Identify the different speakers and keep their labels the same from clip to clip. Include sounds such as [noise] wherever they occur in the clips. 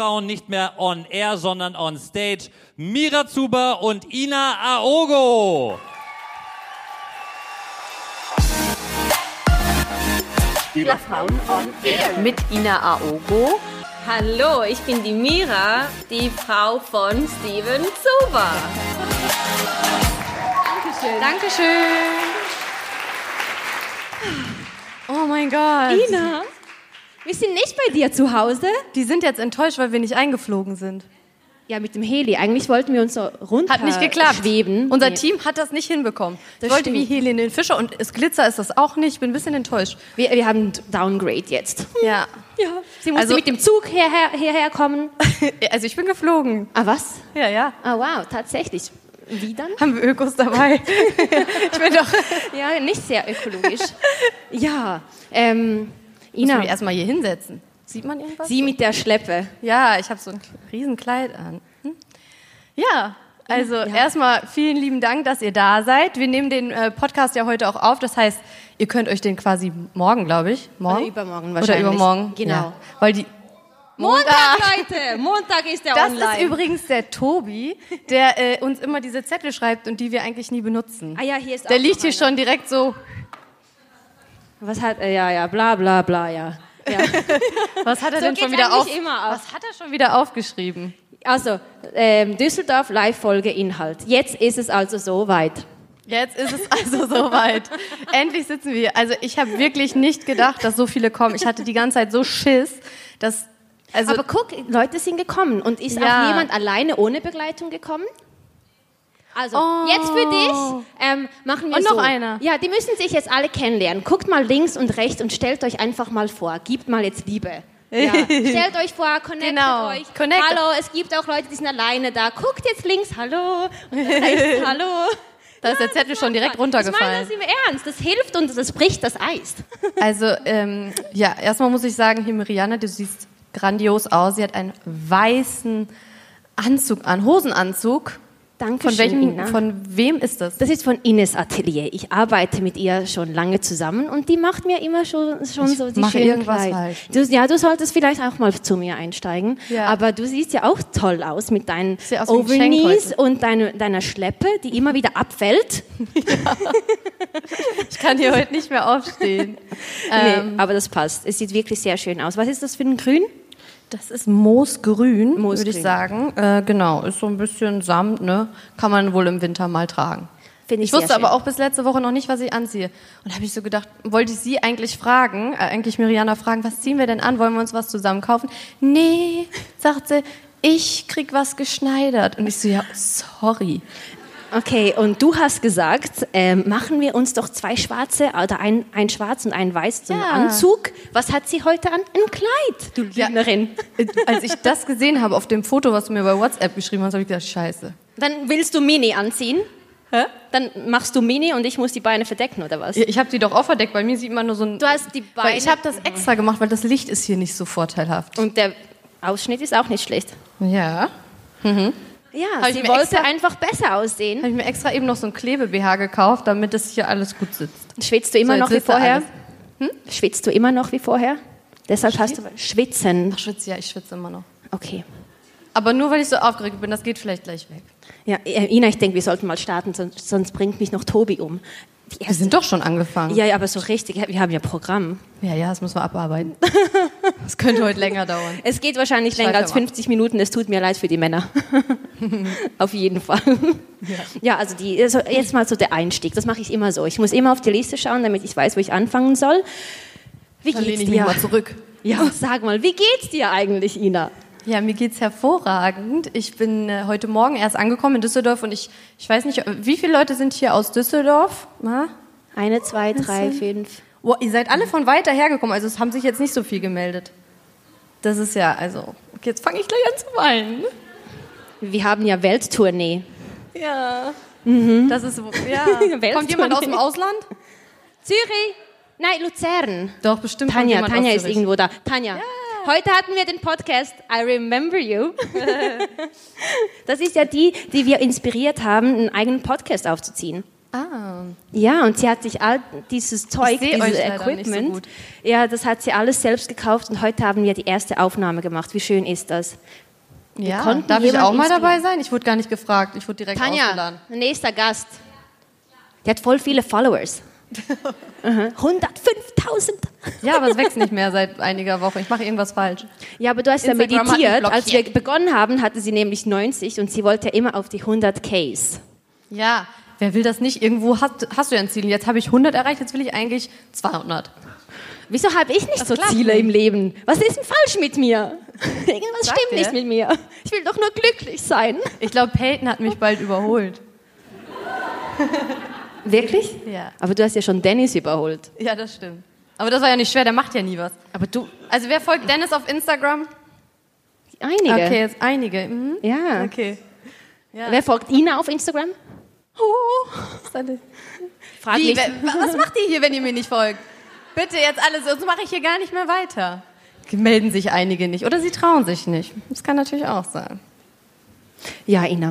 Speaker 1: Frauen nicht mehr on air, sondern on stage. Mira Zuber und Ina Aogo.
Speaker 2: Lila Frauen on Air.
Speaker 3: Mit Ina Aogo.
Speaker 2: Hallo, ich bin die Mira, die Frau von Steven Zuber. Dankeschön.
Speaker 3: Dankeschön. Oh mein Gott.
Speaker 4: Ina, wir sind nicht bei dir zu Hause.
Speaker 3: Die sind jetzt enttäuscht, weil wir nicht eingeflogen sind.
Speaker 4: Ja, mit dem Heli. Eigentlich wollten wir uns so runter
Speaker 3: Hat nicht geklappt.
Speaker 4: schweben.
Speaker 3: Äh, Unser
Speaker 4: Nee.
Speaker 3: Team hat das nicht hinbekommen.
Speaker 4: Das
Speaker 3: ich wollte
Speaker 4: stimmt.
Speaker 3: wie Helene Fischer und es Glitzer ist das auch nicht. Ich bin ein bisschen enttäuscht.
Speaker 4: Wir, wir haben Downgrade jetzt.
Speaker 3: Ja.
Speaker 4: Ja. Sie musste
Speaker 3: Also-
Speaker 4: mit dem Zug hierher, hierher kommen.
Speaker 3: Also ich bin geflogen.
Speaker 4: [laughs] Ah, was?
Speaker 3: Ja, ja.
Speaker 4: Ah, wow, tatsächlich. Wie dann?
Speaker 3: Haben wir Ökos
Speaker 4: [laughs]
Speaker 3: dabei? ich bin doch.
Speaker 4: Ja, nicht sehr ökologisch. [laughs] ja. Ähm,
Speaker 3: Ich muss mich
Speaker 4: Ina,
Speaker 3: erstmal hier hinsetzen. Sieht man irgendwas?
Speaker 4: sie mit der Schleppe.
Speaker 3: Ja, ich habe so ein Riesenkleid an. Hm? Ja, also erstmal vielen lieben Dank, dass ihr da seid. Wir nehmen den äh, Podcast ja heute auch auf. Das heißt, ihr könnt euch den quasi morgen, glaube ich, morgen
Speaker 4: Oder übermorgen wahrscheinlich.
Speaker 3: Oder übermorgen.
Speaker 4: Genau.
Speaker 3: Ja. Weil die
Speaker 2: Montag, Leute! Montag ist der
Speaker 3: das
Speaker 2: online.
Speaker 3: ist übrigens der Tobi, der äh, uns immer diese Zettel schreibt und die wir eigentlich nie benutzen.
Speaker 2: ah ja, hier ist
Speaker 3: Der
Speaker 2: auch
Speaker 3: liegt hier
Speaker 2: noch einer.
Speaker 3: schon direkt so,
Speaker 4: Was hat er? Ja, ja, bla, bla, bla, ja.
Speaker 3: was hat er
Speaker 2: So
Speaker 3: denn schon
Speaker 2: geht's
Speaker 3: wieder auf,
Speaker 2: eigentlich immer auf.
Speaker 3: was hat er schon wieder aufgeschrieben?
Speaker 4: Also, ähm, Düsseldorf Live-Folge Inhalt. Jetzt ist es also so weit.
Speaker 3: Jetzt ist es also [laughs] soweit. Endlich sitzen wir. hier. Also ich habe wirklich nicht gedacht, dass so viele kommen. Ich hatte die ganze Zeit so Schiss, dass also
Speaker 4: Aber guck, Leute sind gekommen und ist
Speaker 3: Ja.
Speaker 4: auch jemand alleine ohne Begleitung gekommen? Also,
Speaker 3: Oh.
Speaker 4: jetzt für dich ähm, machen wir
Speaker 3: Und noch
Speaker 4: so.
Speaker 3: einer.
Speaker 4: Ja, die müssen sich jetzt alle kennenlernen. Guckt mal links und rechts und stellt euch einfach mal vor. Gebt mal jetzt Liebe.
Speaker 3: [laughs]
Speaker 4: Ja. stellt euch vor, connectet
Speaker 3: Genau.
Speaker 4: euch.
Speaker 3: Connect-
Speaker 4: Hallo, es gibt auch Leute, die sind alleine da. Guckt jetzt links, hallo. Und dann
Speaker 3: [laughs]
Speaker 4: rechts, hallo.
Speaker 3: da ist der Zettel schon direkt
Speaker 4: Ich meine das
Speaker 3: runtergefallen.
Speaker 4: im Ernst. Das hilft und das bricht das Eis.
Speaker 3: Also ähm, ja, erstmal muss ich sagen, hier Marianne, du siehst grandios aus. Sie hat einen weißen Anzug an, Hosenanzug.
Speaker 4: Danke
Speaker 3: Von welchem? Von wem ist das?
Speaker 4: Das ist von Ines Atelier. Ich arbeite mit ihr schon lange zusammen und die macht mir immer schon, schon
Speaker 3: Ich
Speaker 4: so die
Speaker 3: mache
Speaker 4: schönen
Speaker 3: irgendwas
Speaker 4: Kleid-
Speaker 3: falsch.
Speaker 4: Du, ja, du solltest vielleicht auch mal zu mir einsteigen.
Speaker 3: Ja.
Speaker 4: Aber du siehst ja auch toll aus mit deinen
Speaker 3: Sieht aus wie ein Geschenk
Speaker 4: Overknees und deine, deiner Schleppe, die immer wieder abfällt.
Speaker 3: Ich kann hier heute nicht mehr aufstehen.
Speaker 4: [laughs]
Speaker 3: Ähm,
Speaker 4: nee, aber das passt. Es sieht wirklich sehr schön aus. Was ist das für ein Grün?
Speaker 3: Das ist moosgrün, würde
Speaker 4: Moosgrün.
Speaker 3: ich sagen. Äh, genau, ist so ein bisschen Samt, ne? Kann man wohl im Winter mal tragen.
Speaker 4: Finde ich
Speaker 3: Ich wusste
Speaker 4: sehr schön.
Speaker 3: aber auch bis letzte Woche noch nicht, was ich anziehe. Und da habe ich so gedacht, wollte ich sie eigentlich fragen, äh, eigentlich Miriana fragen, was ziehen wir denn an? Wollen wir uns was zusammen kaufen? Nee, sagt sie, ich krieg was geschneidert. Und ich so, ja, sorry.
Speaker 4: Okay, und du hast gesagt, ähm, machen wir uns doch zwei schwarze, oder ein, ein schwarz und ein weiß zum
Speaker 3: Ja.
Speaker 4: Anzug. Was hat sie heute an? Ein Kleid, du
Speaker 3: Ja.
Speaker 4: Lügnerin.
Speaker 3: Äh, Als ich das gesehen habe auf dem Foto, was du mir bei WhatsApp geschrieben hast, habe ich gedacht, scheiße.
Speaker 4: Dann willst du Mini anziehen? Hä? Dann machst du Mini und ich muss die Beine verdecken, oder was?
Speaker 3: Ja, Ich habe die doch auch verdeckt, bei mir sieht man nur so ein...
Speaker 4: Du hast die
Speaker 3: Weil
Speaker 4: Beine.
Speaker 3: ich habe das extra gemacht, weil das Licht ist hier nicht so vorteilhaft.
Speaker 4: und der Ausschnitt ist auch nicht schlecht.
Speaker 3: Ja.
Speaker 4: Ja,
Speaker 3: Hab ich
Speaker 4: sie
Speaker 3: mir
Speaker 4: wollte
Speaker 3: extra-
Speaker 4: einfach besser aussehen.
Speaker 3: Habe ich mir extra eben noch so ein Klebe-BH gekauft, damit das hier alles gut sitzt.
Speaker 4: Schwitzt du immer
Speaker 3: So, jetzt
Speaker 4: noch wie
Speaker 3: wisst ihr
Speaker 4: vorher?
Speaker 3: alles.
Speaker 4: Schwitzt du immer noch wie vorher? Deshalb hast du schwitzen.
Speaker 3: Ach, schwitze, ja, ich schwitze immer noch.
Speaker 4: Okay.
Speaker 3: Aber nur, weil ich so aufgeregt bin, das geht vielleicht gleich weg.
Speaker 4: Ja, äh, Ina, ich denke, wir sollten mal starten, sonst, sonst bringt mich noch Tobi um. Die
Speaker 3: Wir
Speaker 4: erste-
Speaker 3: sind doch schon angefangen.
Speaker 4: ja, ja, aber so richtig, wir haben ja Programm.
Speaker 3: ja, ja, das müssen wir [laughs] abarbeiten. Das könnte heute länger dauern.
Speaker 4: Es geht wahrscheinlich länger als
Speaker 3: Scheiße, Mann.
Speaker 4: 50 Minuten. Es tut mir leid für
Speaker 3: [laughs]
Speaker 4: die Männer. auf jeden Fall. Ja, also, die, also jetzt mal so der Einstieg. Das mache ich immer so. Ich muss immer auf die Liste schauen, damit ich weiß, wo ich anfangen soll. Wie
Speaker 3: Dann lehne
Speaker 4: geht's
Speaker 3: ich mich
Speaker 4: dir?
Speaker 3: mal zurück.
Speaker 4: Ja, sag mal, wie geht's dir eigentlich, Ina?
Speaker 3: Ja, mir geht's hervorragend. Ich bin äh, heute Morgen erst angekommen in Düsseldorf und ich, ich weiß nicht, wie viele Leute sind hier aus Düsseldorf? Na?
Speaker 4: Eine, zwei, drei, fünf.
Speaker 3: Wow, ihr seid alle von weiter hergekommen, also es haben sich jetzt nicht so viel gemeldet. Das ist ja, also, jetzt fange ich gleich an zu weinen.
Speaker 4: Wir haben ja Welttournee.
Speaker 3: Ja. Das ist, [laughs] ja. Mhm. Kommt
Speaker 4: Welttournee.
Speaker 3: jemand aus dem Ausland?
Speaker 4: Zürich? Nein, Luzern.
Speaker 3: Doch, bestimmt.
Speaker 4: Tanja, Tanja ist irgendwo da. Tanja, heute hatten wir den Podcast I Remember [laughs] You. das ist ja die, die wir inspiriert haben, einen eigenen Podcast aufzuziehen.
Speaker 3: Ah.
Speaker 4: Ja, und sie hat sich all dieses Zeug,
Speaker 3: seh euch
Speaker 4: dieses
Speaker 3: leider nicht so
Speaker 4: Equipment,
Speaker 3: gut.
Speaker 4: ja, das hat sie alles selbst gekauft und heute haben wir die erste Aufnahme gemacht. Wie schön ist das?
Speaker 3: Ja,
Speaker 4: konnten
Speaker 3: darf ich
Speaker 4: jemanden
Speaker 3: auch mal
Speaker 4: inspirieren.
Speaker 3: dabei sein? Ich wurde gar nicht gefragt. Ich wurde direkt
Speaker 4: Tanja,
Speaker 3: ausgeladen.
Speaker 4: nächster Gast. Die hat voll viele Followers. Mhm. 105.000.
Speaker 3: Ja, aber es wächst nicht mehr seit einiger Woche. Ich mache irgendwas falsch.
Speaker 4: Ja, aber du hast ja
Speaker 3: Instagram hat mich
Speaker 4: meditiert. Als wir
Speaker 3: blockiert.
Speaker 4: begonnen haben, hatte sie nämlich 90 und sie wollte ja immer auf die 100 Ks.
Speaker 3: Ja, wer will das nicht? Irgendwo hast, hast du ja ein Ziel. Jetzt habe ich 100 erreicht, jetzt will ich eigentlich 200.
Speaker 4: Wieso habe ich nicht so
Speaker 3: klappt
Speaker 4: Ziele im Leben? Was ist denn falsch
Speaker 3: [laughs]
Speaker 4: mit mir? Irgendwas
Speaker 3: Sag
Speaker 4: stimmt
Speaker 3: dir.
Speaker 4: nicht mit mir. Ich will doch nur glücklich sein.
Speaker 3: Ich glaube, Peyton hat mich bald überholt.
Speaker 4: Wirklich?
Speaker 3: Ja.
Speaker 4: Aber du hast ja schon Dennis überholt.
Speaker 3: Ja, das stimmt. Aber das war ja nicht schwer, der macht ja nie was.
Speaker 4: Aber du,
Speaker 3: Also wer folgt Dennis auf Instagram? Ah,
Speaker 4: einige.
Speaker 3: Okay, jetzt einige. Mhm.
Speaker 4: Ja.
Speaker 3: Okay. Ja.
Speaker 4: Wer folgt Ina auf Instagram?
Speaker 3: Oh.
Speaker 4: Frag
Speaker 3: Wie,
Speaker 4: mich.
Speaker 3: wer, was macht ihr hier, wenn ihr mir nicht folgt? Bitte jetzt alles, sonst mache ich hier gar nicht mehr weiter. Melden sich einige nicht oder sie trauen sich nicht. Das kann natürlich auch sein.
Speaker 4: Ja, Ina.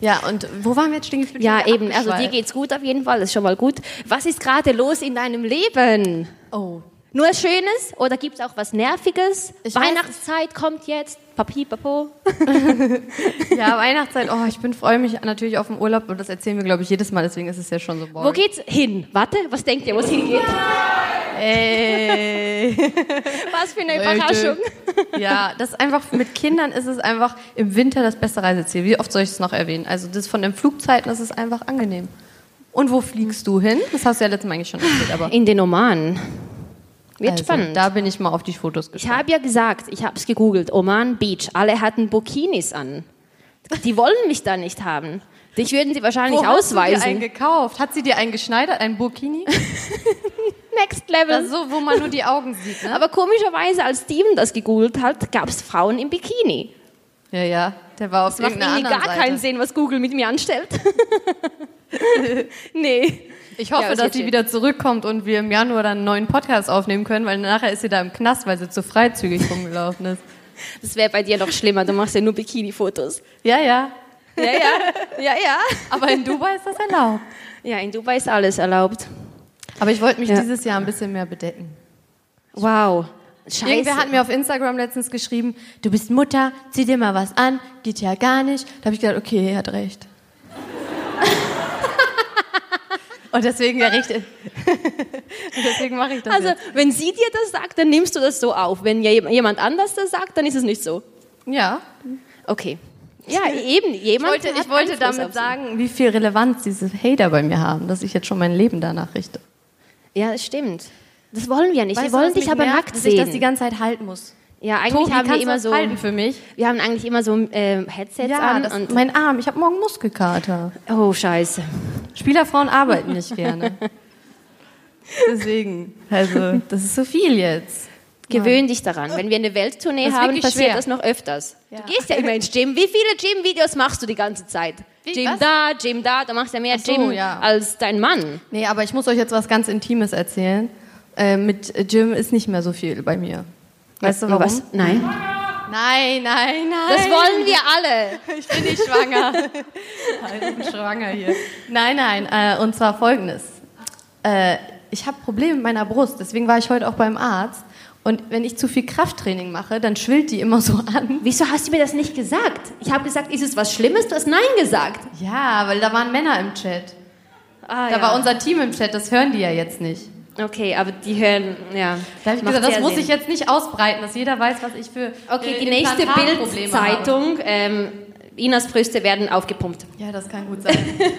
Speaker 3: Ja, und wo waren wir jetzt stehen geblieben?
Speaker 4: Ja, eben. Also dir
Speaker 3: Abgeschweift.
Speaker 4: geht's gut auf jeden Fall. Das ist schon mal gut. Was ist gerade los in deinem Leben?
Speaker 3: Oh.
Speaker 4: Nur Schönes oder gibt's auch was Nerviges?
Speaker 3: Ich weiß-
Speaker 4: Weihnachtszeit kommt jetzt. Papi, Papo.
Speaker 3: Ja, Weihnachtszeit. Oh, ich bin freue mich natürlich auf den Urlaub und das erzählen wir glaube ich jedes Mal, deswegen ist es ja schon so
Speaker 4: Wo
Speaker 3: boring.
Speaker 4: geht's hin? Warte, was denkt ihr, wo es hingeht? Äh.
Speaker 3: Ey.
Speaker 4: [laughs] Was für eine Überraschung.
Speaker 3: Ja, das ist einfach mit Kindern ist es einfach im Winter das beste Reiseziel. Wie oft soll ich es noch erwähnen? Also das von den Flugzeiten das ist einfach angenehm. Und wo fliegst du hin? Das hast du ja letztes Mal eigentlich schon erzählt, aber
Speaker 4: In den Oman. [laughs] Wird
Speaker 3: Also,
Speaker 4: spannend.
Speaker 3: Da bin ich mal auf die Fotos
Speaker 4: Ich
Speaker 3: gespannt.
Speaker 4: habe ja gesagt, ich habe es gegoogelt, Oman Beach. Alle hatten Burkinis an. Die wollen mich da nicht haben. Dich würden sie wahrscheinlich
Speaker 3: Hast du dir einen
Speaker 4: ausweisen.
Speaker 3: gekauft? Hat sie dir einen geschneidert, einen Burkini?
Speaker 4: [laughs] Next Level.
Speaker 3: Das ist so, wo man nur die Augen sieht, ne?
Speaker 4: Aber komischerweise, als Steven das gegoogelt hat, gab es Frauen im Bikini.
Speaker 3: Ja, ja, der war auf
Speaker 4: Das macht
Speaker 3: irgendeiner
Speaker 4: irgendwie
Speaker 3: anderen
Speaker 4: gar keinen
Speaker 3: Seite.
Speaker 4: Sinn, was Google mit mir anstellt. [laughs] nee.
Speaker 3: Ich hoffe,
Speaker 4: Ja, das
Speaker 3: dass
Speaker 4: wird
Speaker 3: sie
Speaker 4: schön.
Speaker 3: wieder zurückkommt und wir im Januar dann einen neuen Podcast aufnehmen können, weil nachher ist sie da im Knast, weil sie zu freizügig rumgelaufen ist.
Speaker 4: Das wäre bei dir noch schlimmer, du machst ja nur Bikini-Fotos.
Speaker 3: Ja, ja.
Speaker 4: Ja, ja, ja, ja.
Speaker 3: Aber in Dubai ist das erlaubt.
Speaker 4: Ja, in Dubai ist alles erlaubt.
Speaker 3: Aber ich wollte mich
Speaker 4: Ja.
Speaker 3: dieses Jahr ein bisschen mehr bedecken.
Speaker 4: Wow. Scheiße.
Speaker 3: Irgendwer hat mir auf Instagram letztens geschrieben, du bist Mutter, zieh dir mal was an, geht ja gar nicht. Da habe ich gedacht, okay, er hat recht. [laughs] Und deswegen der
Speaker 4: [laughs]
Speaker 3: Recht. Und deswegen mache ich das.
Speaker 4: also,
Speaker 3: jetzt.
Speaker 4: wenn sie dir das sagt, dann nimmst du das so auf. Wenn ja jem- jemand anders das sagt, dann ist es nicht so.
Speaker 3: ja.
Speaker 4: Okay. Ja, eben.
Speaker 3: Ich
Speaker 4: Jemand
Speaker 3: wollte,
Speaker 4: hat
Speaker 3: ich wollte
Speaker 4: Einfluss auf
Speaker 3: damit
Speaker 4: sie.
Speaker 3: sagen, wie viel Relevanz diese Hater bei mir haben, dass ich jetzt schon mein Leben danach richte.
Speaker 4: Ja, das stimmt. Das wollen wir nicht.
Speaker 3: Weißt
Speaker 4: wir
Speaker 3: du,
Speaker 4: wollen
Speaker 3: was
Speaker 4: dich
Speaker 3: mich
Speaker 4: aber
Speaker 3: nervt?
Speaker 4: nackt
Speaker 3: dass ich das die
Speaker 4: sehen.
Speaker 3: ganze Zeit halten muss.
Speaker 4: Ja, eigentlich
Speaker 3: Tobi,
Speaker 4: haben wir
Speaker 3: kannst du
Speaker 4: immer
Speaker 3: das
Speaker 4: so.
Speaker 3: halten für mich.
Speaker 4: Wir haben eigentlich immer so ähm, Headsets
Speaker 3: Ja,
Speaker 4: an
Speaker 3: das,
Speaker 4: und
Speaker 3: mein Arm, ich habe morgen Muskelkater.
Speaker 4: oh Scheiße.
Speaker 3: Spielerfrauen arbeiten nicht [laughs] gerne. Deswegen, also, das ist so viel jetzt.
Speaker 4: Gewöhn dich daran. Wenn wir eine Welttournee
Speaker 3: Das ist
Speaker 4: haben,
Speaker 3: wirklich
Speaker 4: passiert
Speaker 3: schwer.
Speaker 4: das noch öfters.
Speaker 3: Ja.
Speaker 4: Du gehst ja immer ins Gym. Wie viele Gym-Videos machst du die ganze Zeit?
Speaker 3: Wie,
Speaker 4: Gym
Speaker 3: was?
Speaker 4: da, Gym da. Du machst ja mehr
Speaker 3: Ach so,
Speaker 4: Gym
Speaker 3: ja.
Speaker 4: als dein Mann.
Speaker 3: Nee, aber ich muss euch jetzt was ganz Intimes erzählen. Äh, mit Jim ist nicht mehr so viel bei mir. Weißt du warum?
Speaker 4: Was? Nein.
Speaker 3: Nein, nein, nein.
Speaker 4: Das wollen wir alle.
Speaker 3: Ich bin nicht [laughs] schwanger. ich bin schwanger hier. Nein, nein. Äh, und zwar folgendes. Äh, ich habe Probleme mit meiner Brust. Deswegen war ich heute auch beim Arzt. Und wenn ich zu viel Krafttraining mache, dann schwillt die immer so an.
Speaker 4: Wieso hast du mir das nicht gesagt? Ich habe gesagt, ist es was Schlimmes? Du hast Nein gesagt.
Speaker 3: Ja, weil da waren Männer im Chat.
Speaker 4: Ah,
Speaker 3: Da
Speaker 4: ja.
Speaker 3: war unser Team im Chat, das hören die ja jetzt nicht.
Speaker 4: Okay, aber die hören, ja.
Speaker 3: Da hab ich
Speaker 4: Macht
Speaker 3: gesagt, das
Speaker 4: sehr
Speaker 3: muss
Speaker 4: Sinn.
Speaker 3: ich jetzt nicht ausbreiten, dass jeder weiß, was ich für
Speaker 4: Okay,
Speaker 3: äh,
Speaker 4: die nächste
Speaker 3: Implantatprobleme habe.
Speaker 4: Bild-Zeitung. Ähm, Inas Brüste werden aufgepumpt.
Speaker 3: Ja, das kann gut sein.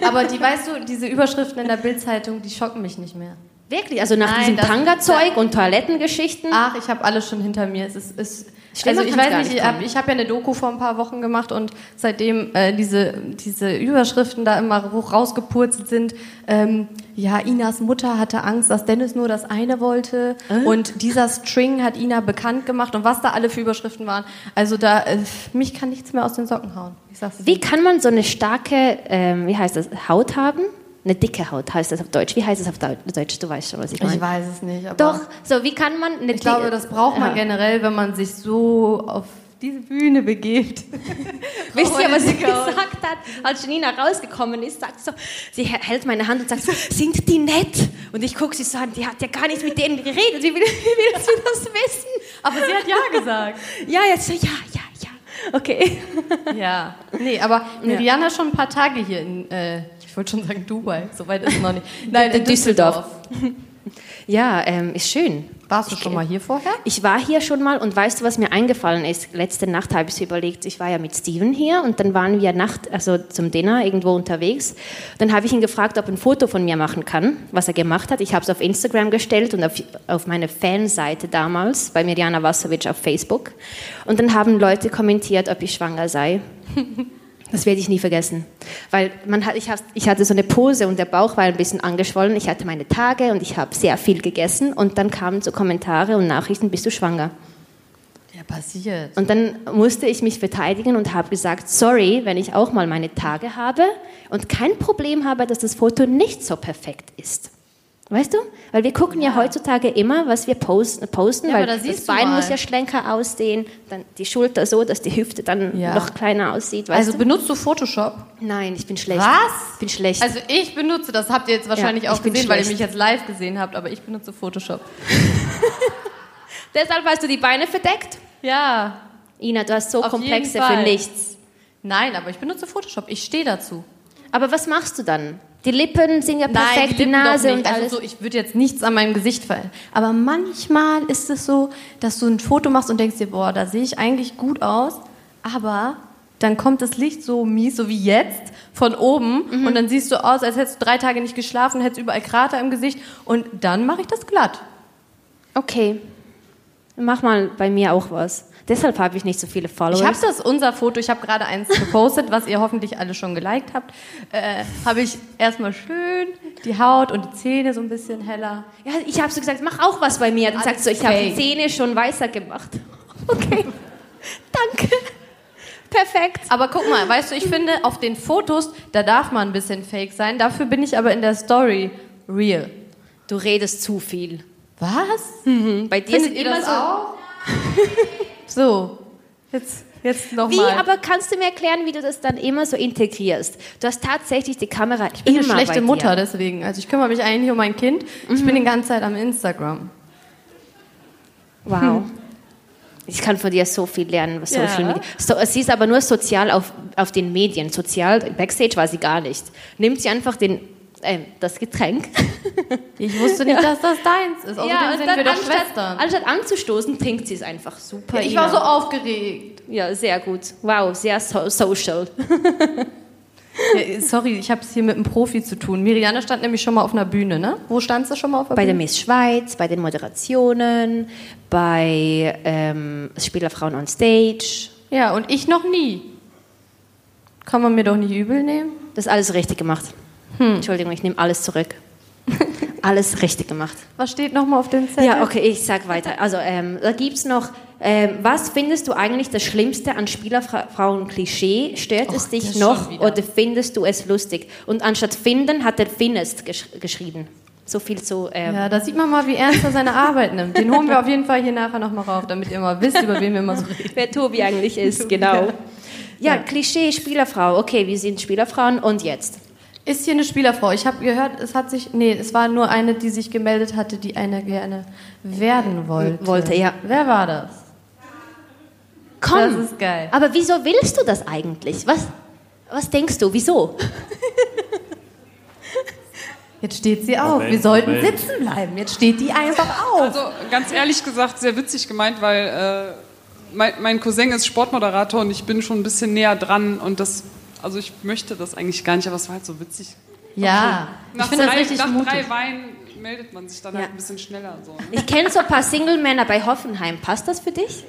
Speaker 3: Aber die, weißt du, diese Überschriften in der Bildzeitung, die schocken mich nicht mehr.
Speaker 4: Wirklich? Also nach
Speaker 3: Nein,
Speaker 4: diesem
Speaker 3: das- Ah,
Speaker 4: Tanga-Zeug und Toilettengeschichten?
Speaker 3: Ach, ich habe alles schon hinter mir. Es ist, es,
Speaker 4: Schlimmer
Speaker 3: also ich
Speaker 4: kann's
Speaker 3: weiß
Speaker 4: gar
Speaker 3: nicht,
Speaker 4: nicht
Speaker 3: ich habe
Speaker 4: kommen.
Speaker 3: hab ja eine Doku vor ein paar Wochen gemacht und seitdem äh, diese, diese Überschriften da immer hoch rausgepurzelt sind, ähm, ja, Inas Mutter hatte Angst, dass Dennis nur das eine wollte
Speaker 4: Äh?
Speaker 3: und dieser String hat Ina bekannt gemacht und was da alle für Überschriften waren. Also da, äh, mich kann nichts mehr aus den Socken hauen. Ich sag's. dir.
Speaker 4: Wie kann man so eine starke, ähm, wie heißt das, Haut haben? Eine dicke Haut heißt das auf Deutsch. Wie heißt das auf Deu- Deutsch? Du weißt schon, was ich meine.
Speaker 3: Ich weiß es nicht, aber
Speaker 4: Doch, so wie kann man eine
Speaker 3: ich glaube, das braucht man
Speaker 4: Ja.
Speaker 3: generell, wenn man sich so auf auf diese Bühne begebt.
Speaker 4: [laughs] Wisst
Speaker 3: Oh,
Speaker 4: ihr, was sie
Speaker 3: Monika.
Speaker 4: gesagt hat? Als Janina rausgekommen ist, sagt so, sie hält meine Hand und sagt so, sind die nett? Und ich gucke sie so an, die hat ja gar nicht mit denen geredet. Wie will, [laughs] wie will sie das wissen?
Speaker 3: Aber sie hat ja gesagt.
Speaker 4: Ja, jetzt so, ja, ja, ja. Okay.
Speaker 3: [laughs] Ja, nee, aber Miriana ist schon ein paar Tage hier in, äh, ich wollte schon sagen Dubai, so weit ist es noch nicht. Nein, in
Speaker 4: Düsseldorf. Ja, ähm, ist schön.
Speaker 3: Warst du schon mal hier vorher?
Speaker 4: Ich war hier schon mal und weißt du, was mir eingefallen ist? Letzte Nacht habe ich es überlegt. Ich war ja mit Steven hier und dann waren wir Nacht, also zum Dinner irgendwo unterwegs. Dann habe ich ihn gefragt, ob er ein Foto von mir machen kann, was er gemacht hat. Ich habe es auf Instagram gestellt und auf, auf meine Fanseite damals bei Mirjana Wasowitsch auf Facebook. Und dann haben Leute kommentiert, ob ich schwanger sei. Das werde ich nie vergessen. Weil man hat, ich, has- ich hatte so eine Pose und der Bauch war ein bisschen angeschwollen. Ich hatte meine Tage und ich habe sehr viel gegessen. Und dann kamen so Kommentare und Nachrichten, bist du schwanger?
Speaker 3: Ja, passiert.
Speaker 4: Und dann musste ich mich verteidigen und habe gesagt, sorry, wenn ich auch mal meine Tage habe und kein Problem habe, dass das Foto nicht so perfekt ist. Weißt du? Weil wir gucken ja, heutzutage immer, was wir posten, posten
Speaker 3: Ja,
Speaker 4: weil
Speaker 3: aber da
Speaker 4: das,
Speaker 3: siehst du
Speaker 4: Bein
Speaker 3: mal.
Speaker 4: muss ja schlenker aussehen, dann die Schulter so, dass die Hüfte dann
Speaker 3: Ja.
Speaker 4: noch kleiner aussieht. Weißt
Speaker 3: Also
Speaker 4: du?
Speaker 3: benutzt du Photoshop?
Speaker 4: Nein, ich bin schlecht.
Speaker 3: Was?
Speaker 4: Ich bin schlecht.
Speaker 3: Also ich benutze, das habt ihr jetzt wahrscheinlich
Speaker 4: Ja, ich
Speaker 3: auch
Speaker 4: bin
Speaker 3: gesehen, weil ihr
Speaker 4: schlecht.
Speaker 3: mich jetzt live gesehen habt, aber ich benutze Photoshop.
Speaker 4: Deshalb hast du die Beine verdeckt?
Speaker 3: Ja,
Speaker 4: Ina, du hast so
Speaker 3: Auf
Speaker 4: Komplexe
Speaker 3: jeden
Speaker 4: für
Speaker 3: Fall.
Speaker 4: nichts.
Speaker 3: nein, aber ich benutze Photoshop, ich stehe dazu.
Speaker 4: Aber was machst du dann? Die Lippen sind ja perfekt,
Speaker 3: Nein,
Speaker 4: die,
Speaker 3: Lippen doch
Speaker 4: Nase
Speaker 3: nicht.
Speaker 4: und
Speaker 3: also
Speaker 4: alles.
Speaker 3: So, ich würde jetzt nichts an meinem Gesicht verändern. Aber manchmal ist es so, dass du ein Foto machst und denkst dir, boah, da sehe ich eigentlich gut aus, aber dann kommt das Licht so mies, so wie jetzt, von oben
Speaker 4: Mhm.
Speaker 3: und dann siehst du aus, als hättest du drei Tage nicht geschlafen, hättest überall Krater im Gesicht und dann mache ich das glatt.
Speaker 4: okay, mach mal bei mir auch was. Deshalb habe ich nicht so viele Follower.
Speaker 3: Ich habe das, unser Foto, ich habe gerade eins gepostet, was ihr hoffentlich alle schon geliked habt, äh, habe ich erstmal schön die Haut und die Zähne so ein bisschen heller.
Speaker 4: ja, ich hab so gesagt, mach auch was bei mir. Dann
Speaker 3: Alles
Speaker 4: sagst du, ich habe die
Speaker 3: fake.
Speaker 4: Zähne schon
Speaker 3: [laughs]
Speaker 4: weißer gemacht. Okay, danke. Perfekt.
Speaker 3: Aber guck mal, weißt du, ich finde, auf den Fotos, da darf man ein bisschen fake sein. Dafür bin ich aber in der Story real.
Speaker 4: Du redest zu viel.
Speaker 3: Was?
Speaker 4: Bei dir
Speaker 3: Findet
Speaker 4: sind
Speaker 3: ihr
Speaker 4: immer
Speaker 3: das
Speaker 4: so
Speaker 3: auch? [laughs] So, jetzt, jetzt
Speaker 4: Wie,
Speaker 3: nochmal.
Speaker 4: aber kannst du mir erklären, wie du das dann immer so integrierst? Du hast tatsächlich die Kamera
Speaker 3: Ich bin
Speaker 4: immer
Speaker 3: eine
Speaker 4: bei
Speaker 3: schlechte
Speaker 4: dir.
Speaker 3: Mutter deswegen. Also ich kümmere mich eigentlich nicht um mein Kind. Ich bin die ganze Zeit am Instagram.
Speaker 4: Wow. [laughs] Ich kann von dir so viel lernen, was
Speaker 3: Ja.
Speaker 4: Social Media. So, sie ist aber nur sozial auf, auf den Medien. Sozial, Backstage war sie gar nicht. Nimmt sie einfach den, ähm, das [laughs] Getränk. Also
Speaker 3: Ich wusste nicht, dass das deins ist. Außerdem sind wir doch
Speaker 4: anstatt,
Speaker 3: Schwestern.
Speaker 4: anstatt anzustoßen, trinkt sie es einfach super.
Speaker 3: Ich war so
Speaker 4: Ina.
Speaker 3: aufgeregt.
Speaker 4: Ja, sehr gut. Wow, sehr so social.
Speaker 3: Ja, sorry, ich habe es hier mit einem Profi zu tun. Miriana stand nämlich schon mal auf einer Bühne, ne? Wo standst du schon mal auf einer
Speaker 4: Bei der
Speaker 3: Bühne?
Speaker 4: Miss Schweiz, bei den Moderationen, bei ähm, Spielerfrauen on Stage.
Speaker 3: Ja, und ich noch nie. Kann man mir doch nicht übel nehmen?
Speaker 4: Das ist alles richtig gemacht. Entschuldigung, ich nehme alles [laughs] zurück. alles richtig gemacht.
Speaker 3: Was steht nochmal auf dem Zettel?
Speaker 4: Ja, okay, ich sag weiter. Also, ähm, da gibt's noch, ähm, was findest du eigentlich das Schlimmste an Spielerfrauen-Klischee? Stört es
Speaker 3: Och,
Speaker 4: dich
Speaker 3: das
Speaker 4: noch
Speaker 3: schon wieder.
Speaker 4: oder findest du es lustig? Und anstatt finden hat er findest gesch geschrieben. So viel zu. Ähm,
Speaker 3: Ja, da sieht man mal, wie ernst er seine Arbeit nimmt. Den holen wir auf jeden Fall hier nachher nochmal rauf, damit ihr mal wisst, über wen wir immer so reden.
Speaker 4: Wer Tobi
Speaker 3: [laughs]
Speaker 4: eigentlich ist, genau. Ja, Klischee, Spielerfrau. Okay, wir sind Spielerfrauen und jetzt.
Speaker 3: Ist hier eine Spielerfrau? Ich habe gehört, es hat sich. Nee, es war nur eine, die sich gemeldet hatte, die eine gerne werden wollte.
Speaker 4: Wollte, ja.
Speaker 3: Wer war das?
Speaker 4: Komm!
Speaker 3: Das ist geil.
Speaker 4: Aber wieso willst du das eigentlich? Was, was denkst du? Wieso?
Speaker 3: Jetzt steht sie auf.
Speaker 1: Moment,
Speaker 3: wir sollten
Speaker 1: Moment.
Speaker 3: sitzen bleiben. Jetzt steht die einfach auf.
Speaker 5: Also ganz ehrlich gesagt, sehr witzig gemeint, weil äh, mein, mein Cousin ist Sportmoderator und ich bin schon ein bisschen näher dran und das, also ich möchte das eigentlich gar nicht, aber es war halt so witzig.
Speaker 3: Ja. Ich
Speaker 5: Nach,
Speaker 3: finde das
Speaker 5: drei,
Speaker 3: richtig
Speaker 5: nach
Speaker 3: mutig. Oh,
Speaker 5: drei Weinen meldet man sich dann halt ein bisschen schneller. So.
Speaker 4: Ich kenne so ein paar Single-Männer bei Hoffenheim. Passt das für dich?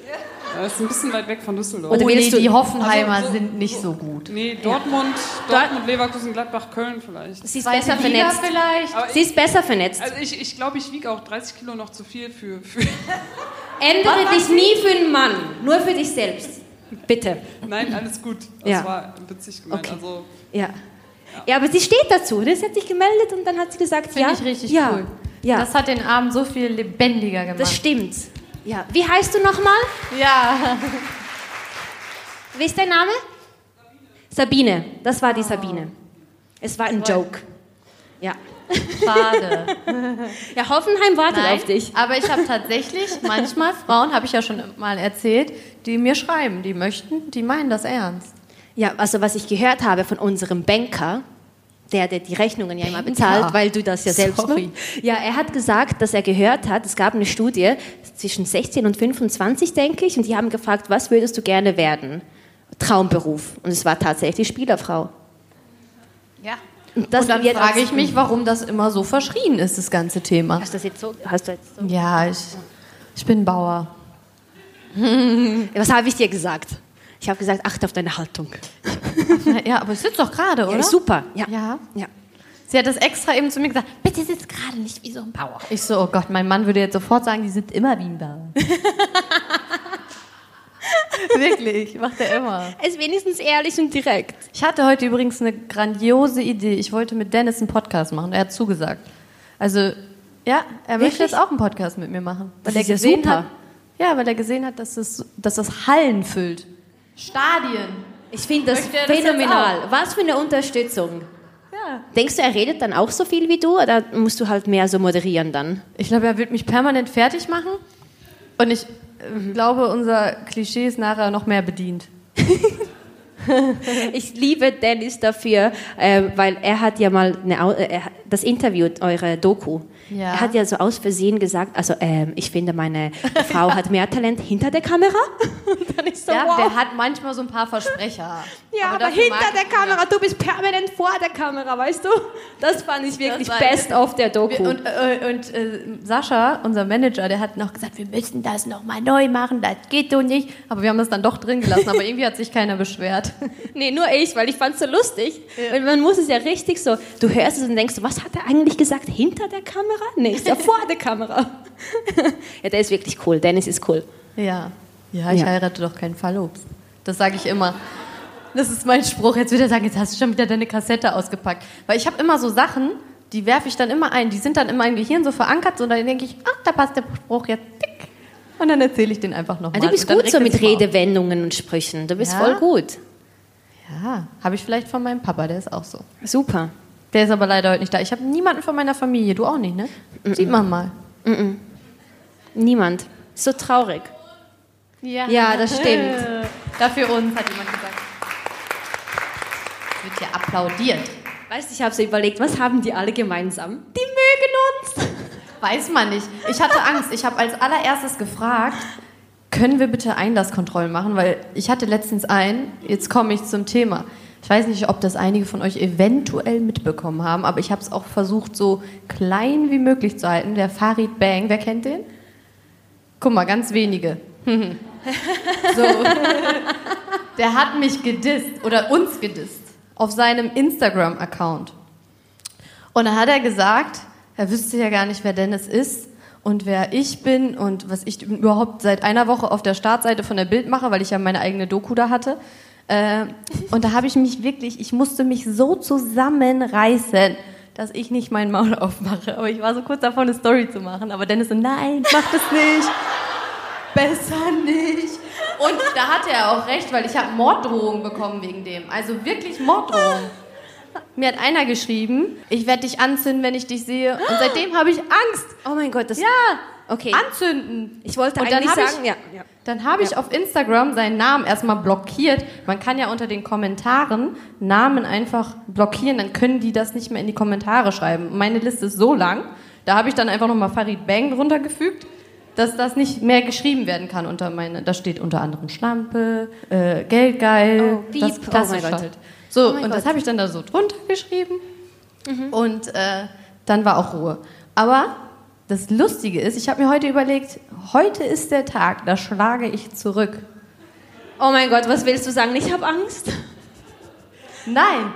Speaker 5: Das Äh, ist ein bisschen weit weg von Düsseldorf.
Speaker 3: Oh,
Speaker 4: Oder
Speaker 3: nee,
Speaker 4: willst du-
Speaker 3: die Hoffenheimer
Speaker 5: Also so-
Speaker 3: sind nicht so gut.
Speaker 5: Nee, Dortmund, Dortmund, Leverkusen, Gladbach, Köln vielleicht.
Speaker 4: Sie ist
Speaker 3: Zweite
Speaker 4: besser
Speaker 3: Liga
Speaker 4: vernetzt.
Speaker 3: vielleicht.
Speaker 5: Aber
Speaker 4: Sie
Speaker 5: ich,
Speaker 4: ist besser vernetzt.
Speaker 5: also ich, ich glaube, ich wiege auch 30 Kilo noch zu viel für, für [laughs]
Speaker 4: Ändere dich nie für einen Mann, nur für dich selbst. Bitte.
Speaker 5: Nein, alles gut. Das
Speaker 4: Ja.
Speaker 5: war witzig gemeint.
Speaker 4: Okay.
Speaker 5: Also
Speaker 4: Ja. Ja, aber sie steht dazu. ne? Sie hat sich gemeldet und dann hat sie gesagt,
Speaker 3: Finde
Speaker 4: ja.
Speaker 3: ich richtig
Speaker 4: ja,
Speaker 3: cool.
Speaker 4: Ja, das,
Speaker 3: Das hat den Abend so viel lebendiger gemacht.
Speaker 4: stimmt. Ja. Wie heißt du nochmal?
Speaker 3: ja.
Speaker 4: Wie ist dein Name? Sabine. Das war die Sabine. Es war ein Joke. Ja.
Speaker 3: [laughs] Schade.
Speaker 4: Ja, Hoffenheim wartet
Speaker 3: Nein,
Speaker 4: auf dich.
Speaker 3: Aber ich habe tatsächlich manchmal Frauen, habe ich ja schon mal erzählt, die mir schreiben, die möchten, die meinen das ernst.
Speaker 4: Ja, also was ich gehört habe von unserem Banker, der, der die Rechnungen ja immer bezahlt, weil du das ja selbst
Speaker 3: Sorry.
Speaker 4: machst. Ja, er hat gesagt, dass er gehört hat, es gab eine Studie zwischen 16 und 25, denke ich, und die haben gefragt, was würdest du gerne werden? Traumberuf. Und es war tatsächlich Spielerfrau.
Speaker 3: Ja.
Speaker 4: Und, das
Speaker 3: und dann
Speaker 4: wird als-
Speaker 3: frage ich mich, warum das immer so verschrien ist, das ganze Thema.
Speaker 4: Hast du das jetzt so? Hast du jetzt so?
Speaker 3: Ja, ich, ich bin Bauer. [laughs]
Speaker 4: Was habe ich dir gesagt? Ich habe gesagt, achte auf deine Haltung.
Speaker 3: Ja, aber ich sitze doch gerade, oder?
Speaker 4: Ja, super. Ja.
Speaker 3: Ja.
Speaker 4: ja.
Speaker 3: Sie hat das extra eben zu mir gesagt, bitte sitz gerade nicht wie so ein Bauer. Ich so, oh Gott, mein Mann würde jetzt sofort sagen, die sind immer wie ein Bauer. Wirklich, macht er immer.
Speaker 4: Er ist wenigstens ehrlich und direkt.
Speaker 3: Ich hatte heute übrigens eine grandiose Idee. Ich wollte mit Dennis einen Podcast machen. Er hat zugesagt. Also, ja, er möchte
Speaker 4: Wirklich?
Speaker 3: jetzt auch einen Podcast mit mir machen.
Speaker 4: Das
Speaker 3: er
Speaker 4: ist ja
Speaker 3: gesehen
Speaker 4: super.
Speaker 3: Hat, ja, weil er gesehen hat, dass das, dass das Hallen füllt. Stadien.
Speaker 4: Ich finde das
Speaker 3: Möchte er das jetzt
Speaker 4: phänomenal. Was für eine Unterstützung.
Speaker 3: Ja.
Speaker 4: Denkst du, er redet dann auch so viel wie du oder musst du halt mehr so moderieren dann?
Speaker 3: Ich glaube, er wird mich permanent fertig machen. Und ich äh, glaube, unser Klischee ist nachher noch mehr bedient.
Speaker 4: Ich liebe Dennis dafür, äh, weil er hat ja mal eine, Au- äh, er hat- das Interview, eure Doku.
Speaker 3: Ja.
Speaker 4: Er hat ja so aus Versehen gesagt, also ähm, ich finde, [laughs] meine Frau hat mehr Talent hinter der Kamera. [laughs] Und dann ist so,
Speaker 3: ja,
Speaker 4: wow.
Speaker 3: der hat manchmal so ein paar Versprecher.
Speaker 4: [laughs] ja, aber,
Speaker 3: dafür mag
Speaker 4: hinter der
Speaker 3: ich ihn ja.
Speaker 4: Kamera, du bist permanent vor der Kamera, weißt du? Das fand ich wirklich
Speaker 3: war-
Speaker 4: best auf der Doku.
Speaker 3: Wir- Und, äh, und äh, Sascha, unser Manager, der hat noch gesagt, wir müssen das nochmal neu machen, das geht so nicht. Aber wir haben das dann doch drin gelassen, aber irgendwie hat sich keiner beschwert. [laughs]
Speaker 4: Nee, nur ich, weil ich fand's so lustig. Und man muss es ja richtig so, du hörst es und denkst, was hat er eigentlich gesagt? Hinter der Kamera? Nee, ist ja vor der Kamera. [laughs] ja, der ist wirklich cool. Dennis ist cool.
Speaker 3: Ja. Ja, ich
Speaker 4: Ja.
Speaker 3: heirate doch keinen Fallobst. Das sage ich immer. Das ist mein Spruch. Jetzt wird er sagen, jetzt hast du schon wieder deine Kassette ausgepackt. Weil ich habe immer so Sachen, die werfe ich dann immer ein. Die sind dann in meinem Gehirn so verankert. So, und dann denke ich, ach, da passt der Spruch jetzt. Tick. Und dann erzähle ich den einfach nochmal.
Speaker 4: Also du bist gut so mit Redewendungen und Sprüchen. Du bist
Speaker 3: Ja?
Speaker 4: voll gut.
Speaker 3: Ja, Ah, habe ich vielleicht von meinem Papa, der ist auch so.
Speaker 4: Super.
Speaker 3: Der ist aber leider heute nicht da. Ich habe niemanden von meiner Familie. Du auch nicht, ne? Sieht man mal.
Speaker 4: Niemand. So traurig. Ja, das stimmt.
Speaker 3: Dafür uns, hat jemand gesagt. Es wird hier applaudiert.
Speaker 4: Weißt du, ich habe so überlegt, was haben die alle gemeinsam? Die mögen uns.
Speaker 3: Weiß man nicht. Ich hatte Angst. Ich habe als allererstes gefragt, können wir bitte Einlasskontrollen machen? Weil ich hatte letztens einen, jetzt komme ich zum Thema. Ich weiß nicht, ob das einige von euch eventuell mitbekommen haben, aber ich habe es auch versucht, so klein wie möglich zu halten. Der Farid Bang, wer kennt den? Guck mal, ganz wenige. [laughs] so. Der hat mich gedisst oder uns gedisst auf seinem Instagram-Account. Und da hat er gesagt, er wüsste ja gar nicht, wer Dennis ist und wer ich bin und was ich überhaupt seit einer Woche auf der Startseite von der Bild mache, weil ich ja meine eigene Doku da hatte. Äh, und da habe ich mich wirklich, ich musste mich so zusammenreißen, dass ich nicht mein Maul aufmache. Aber ich war so kurz davor, eine Story zu machen. Aber Dennis so, nein, mach das nicht. Besser nicht. Und da hatte er auch recht, weil ich habe Morddrohungen bekommen wegen dem. Also wirklich Morddrohungen. Mir hat einer geschrieben, ich werde dich anzünden, wenn ich dich sehe. Und seitdem habe ich Angst.
Speaker 4: Oh mein Gott, das.
Speaker 3: Ja,
Speaker 4: Okay.
Speaker 3: anzünden.
Speaker 4: Ich wollte
Speaker 3: Und dann
Speaker 4: eigentlich
Speaker 3: hab ich-
Speaker 4: sagen, ja, ja.
Speaker 3: Dann habe ich auf Instagram seinen Namen erstmal blockiert. Man kann ja unter den Kommentaren Namen einfach blockieren, dann können die das nicht mehr in die Kommentare schreiben. Meine Liste ist so lang, da habe ich dann einfach nochmal Farid Bang runtergefügt, dass das nicht mehr geschrieben werden kann unter meine. Da steht unter anderem Schlampe, äh, Geldgeil,
Speaker 4: Oh,
Speaker 3: das,
Speaker 4: Piep. Oh
Speaker 3: das
Speaker 4: mein
Speaker 3: ist
Speaker 4: Gott.
Speaker 3: halt. So,
Speaker 4: Oh mein
Speaker 3: und das
Speaker 4: Gott. Mhm.
Speaker 3: habe ich dann da so drunter geschrieben. Und äh, dann war auch Ruhe. Aber das Lustige ist, ich habe mir heute überlegt, heute ist der Tag, da schlage ich zurück.
Speaker 4: Oh mein Gott, was willst du sagen? Ich habe Angst. [laughs]
Speaker 3: Nein,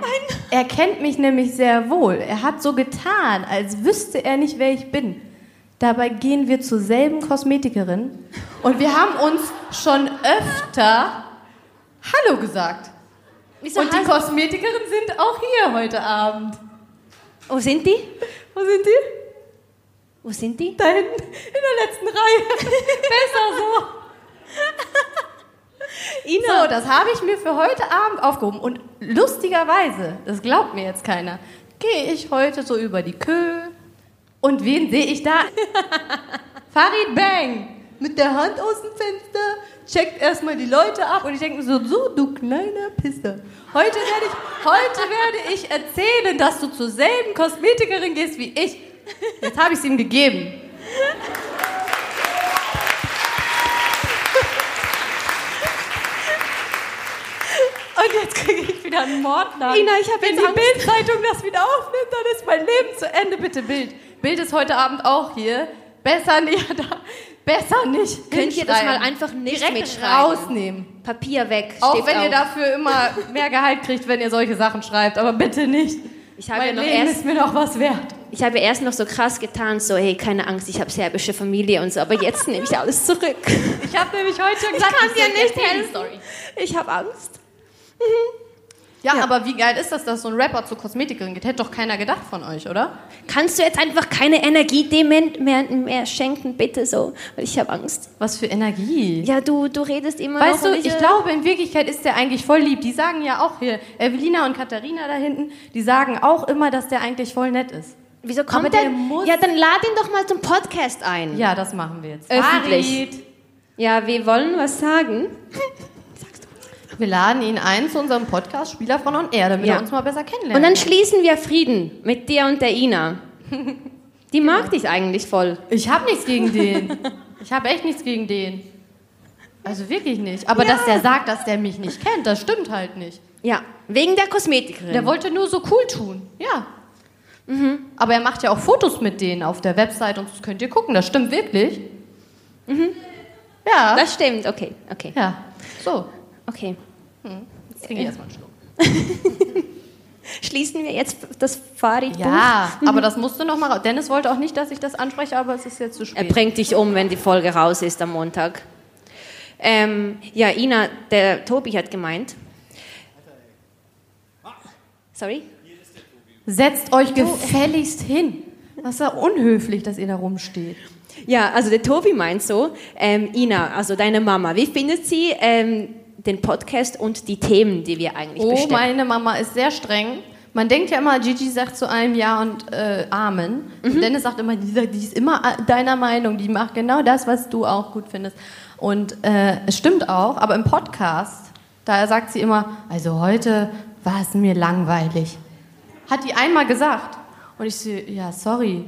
Speaker 3: er kennt mich nämlich sehr wohl. Er hat so getan, als wüsste er nicht, wer ich bin. Dabei gehen wir zur selben Kosmetikerin und wir haben uns schon öfter Hallo gesagt.
Speaker 4: Wieso
Speaker 3: und die
Speaker 4: hast-
Speaker 3: Kosmetikerin sind auch hier heute Abend.
Speaker 4: Wo sind die?
Speaker 3: Wo sind die?
Speaker 4: Wo sind
Speaker 3: [laughs]
Speaker 4: die?
Speaker 3: Da hinten in der letzten Reihe. Besser so. So, das habe ich mir für heute Abend aufgehoben. Und lustigerweise, das glaubt mir jetzt keiner, gehe ich heute so über die Köhl. Und wen sehe ich [laughs] da? Farid Bang! Mit der Hand aus dem Fenster, checkt erstmal die Leute ab. Und ich denke mir so, so, du kleiner Pisser. Heute werde ich, heute werde ich erzählen, dass du zur selben Kosmetikerin gehst wie ich. Jetzt habe ich es ihm gegeben. Und jetzt kriege ich wieder einen Mordnamen.
Speaker 4: Ina, ich hab
Speaker 3: Wenn
Speaker 4: jetzt
Speaker 3: die
Speaker 4: Angst.
Speaker 3: Bildzeitung das wieder aufnimmt, dann ist mein Leben zu Ende. Bitte Bild. Bild ist heute Abend auch hier. Besser nicht. [laughs] Besser nicht.
Speaker 4: Könnt ihr das
Speaker 3: hinschreiben.
Speaker 4: mal einfach nicht
Speaker 3: Direkt
Speaker 4: mitschreiben?
Speaker 3: rausnehmen?
Speaker 4: Papier weg.
Speaker 3: Auch
Speaker 4: Stift
Speaker 3: wenn ihr
Speaker 4: auf.
Speaker 3: dafür immer mehr Gehalt kriegt, wenn ihr solche Sachen schreibt. Aber bitte nicht.
Speaker 4: Ich habe
Speaker 3: mein
Speaker 4: ja noch
Speaker 3: Leben
Speaker 4: erst-
Speaker 3: ist mir noch was wert.
Speaker 4: Ich habe erst noch so krass getan, so, hey, keine Angst, ich habe serbische Familie und so, aber jetzt nehme ich alles zurück. [laughs]
Speaker 3: Ich habe nämlich heute gesagt,
Speaker 4: kann dir
Speaker 3: soll
Speaker 4: nicht
Speaker 3: erzählen.
Speaker 4: helfen. Ich habe Angst.
Speaker 3: Ja, aber wie geil ist das, dass so ein Rapper zur Kosmetikerin geht? Hätte doch keiner gedacht von euch, oder?
Speaker 4: Kannst du jetzt einfach keine Energie dem mehr, mehr schenken, bitte so, weil ich habe Angst.
Speaker 3: Was für Energie.
Speaker 4: Ja, du, du redest immer
Speaker 3: Weißt
Speaker 4: noch äh,
Speaker 3: du,
Speaker 4: und
Speaker 3: ich glaube, in Wirklichkeit ist der eigentlich voll lieb. Die sagen ja auch hier, Evelina und Katharina da hinten, die sagen auch immer, dass der eigentlich voll nett ist.
Speaker 4: Wieso kommt
Speaker 3: Aber der
Speaker 4: der?
Speaker 3: muss-
Speaker 4: Ja, dann lad ihn doch mal zum Podcast ein.
Speaker 3: Ja, das machen wir jetzt.
Speaker 4: Öffentlich.
Speaker 3: Farid.
Speaker 4: Ja, wir wollen was sagen.
Speaker 3: Wir laden ihn ein zu unserem Podcast Spieler von On Air, damit
Speaker 4: Ja.
Speaker 3: er uns mal besser
Speaker 4: Und
Speaker 3: kennenlernt.
Speaker 4: dann schließen wir Frieden mit dir und der [laughs] Ina. Die mag dich eigentlich voll.
Speaker 3: ich habe nichts gegen den. Ich habe echt nichts gegen den. Also wirklich nicht. Aber dass der sagt, dass der mich nicht kennt, das stimmt halt nicht.
Speaker 4: Ja, wegen der Kosmetikerin.
Speaker 3: Der wollte nur so cool tun. Ja.
Speaker 4: Mhm.
Speaker 3: Aber er macht ja auch Fotos mit denen auf der Website und das könnt ihr gucken. Das stimmt wirklich. Ja.
Speaker 4: Mhm. das stimmt, okay, okay,
Speaker 3: ja. So.
Speaker 4: okay.
Speaker 3: Jetzt trinke ich erstmal einen Schluck.
Speaker 4: Schließen wir jetzt das Fahrradbuch.
Speaker 3: Ja,
Speaker 4: Mhm.
Speaker 3: aber das musste noch mal raus. Dennis wollte auch nicht, dass ich das anspreche, aber es ist jetzt zu
Speaker 4: Er
Speaker 3: spät.
Speaker 4: bringt dich um, wenn die Folge raus ist am Montag. Ähm, ja, Ina, der Tobi hat gemeint. Sorry?
Speaker 3: Setzt euch gefälligst hin. Das ist ja unhöflich, dass ihr da rumsteht.
Speaker 4: Ja, also der Tobi meint so, ähm, Ina, also deine Mama, wie findet sie ähm, den Podcast und die Themen, die wir eigentlich
Speaker 3: oh,
Speaker 4: bestimmen?
Speaker 3: meine Mama ist sehr streng. Man denkt ja immer, Gigi sagt zu einem Ja und äh, Amen. Und Dennis sagt immer, die, sagt, die ist immer äh, deiner Meinung, die macht genau das, was du auch gut findest. Und äh, es stimmt auch, aber im Podcast, da sagt sie immer, also heute war es mir langweilig. Hat die einmal gesagt. Und ich so, ja, sorry.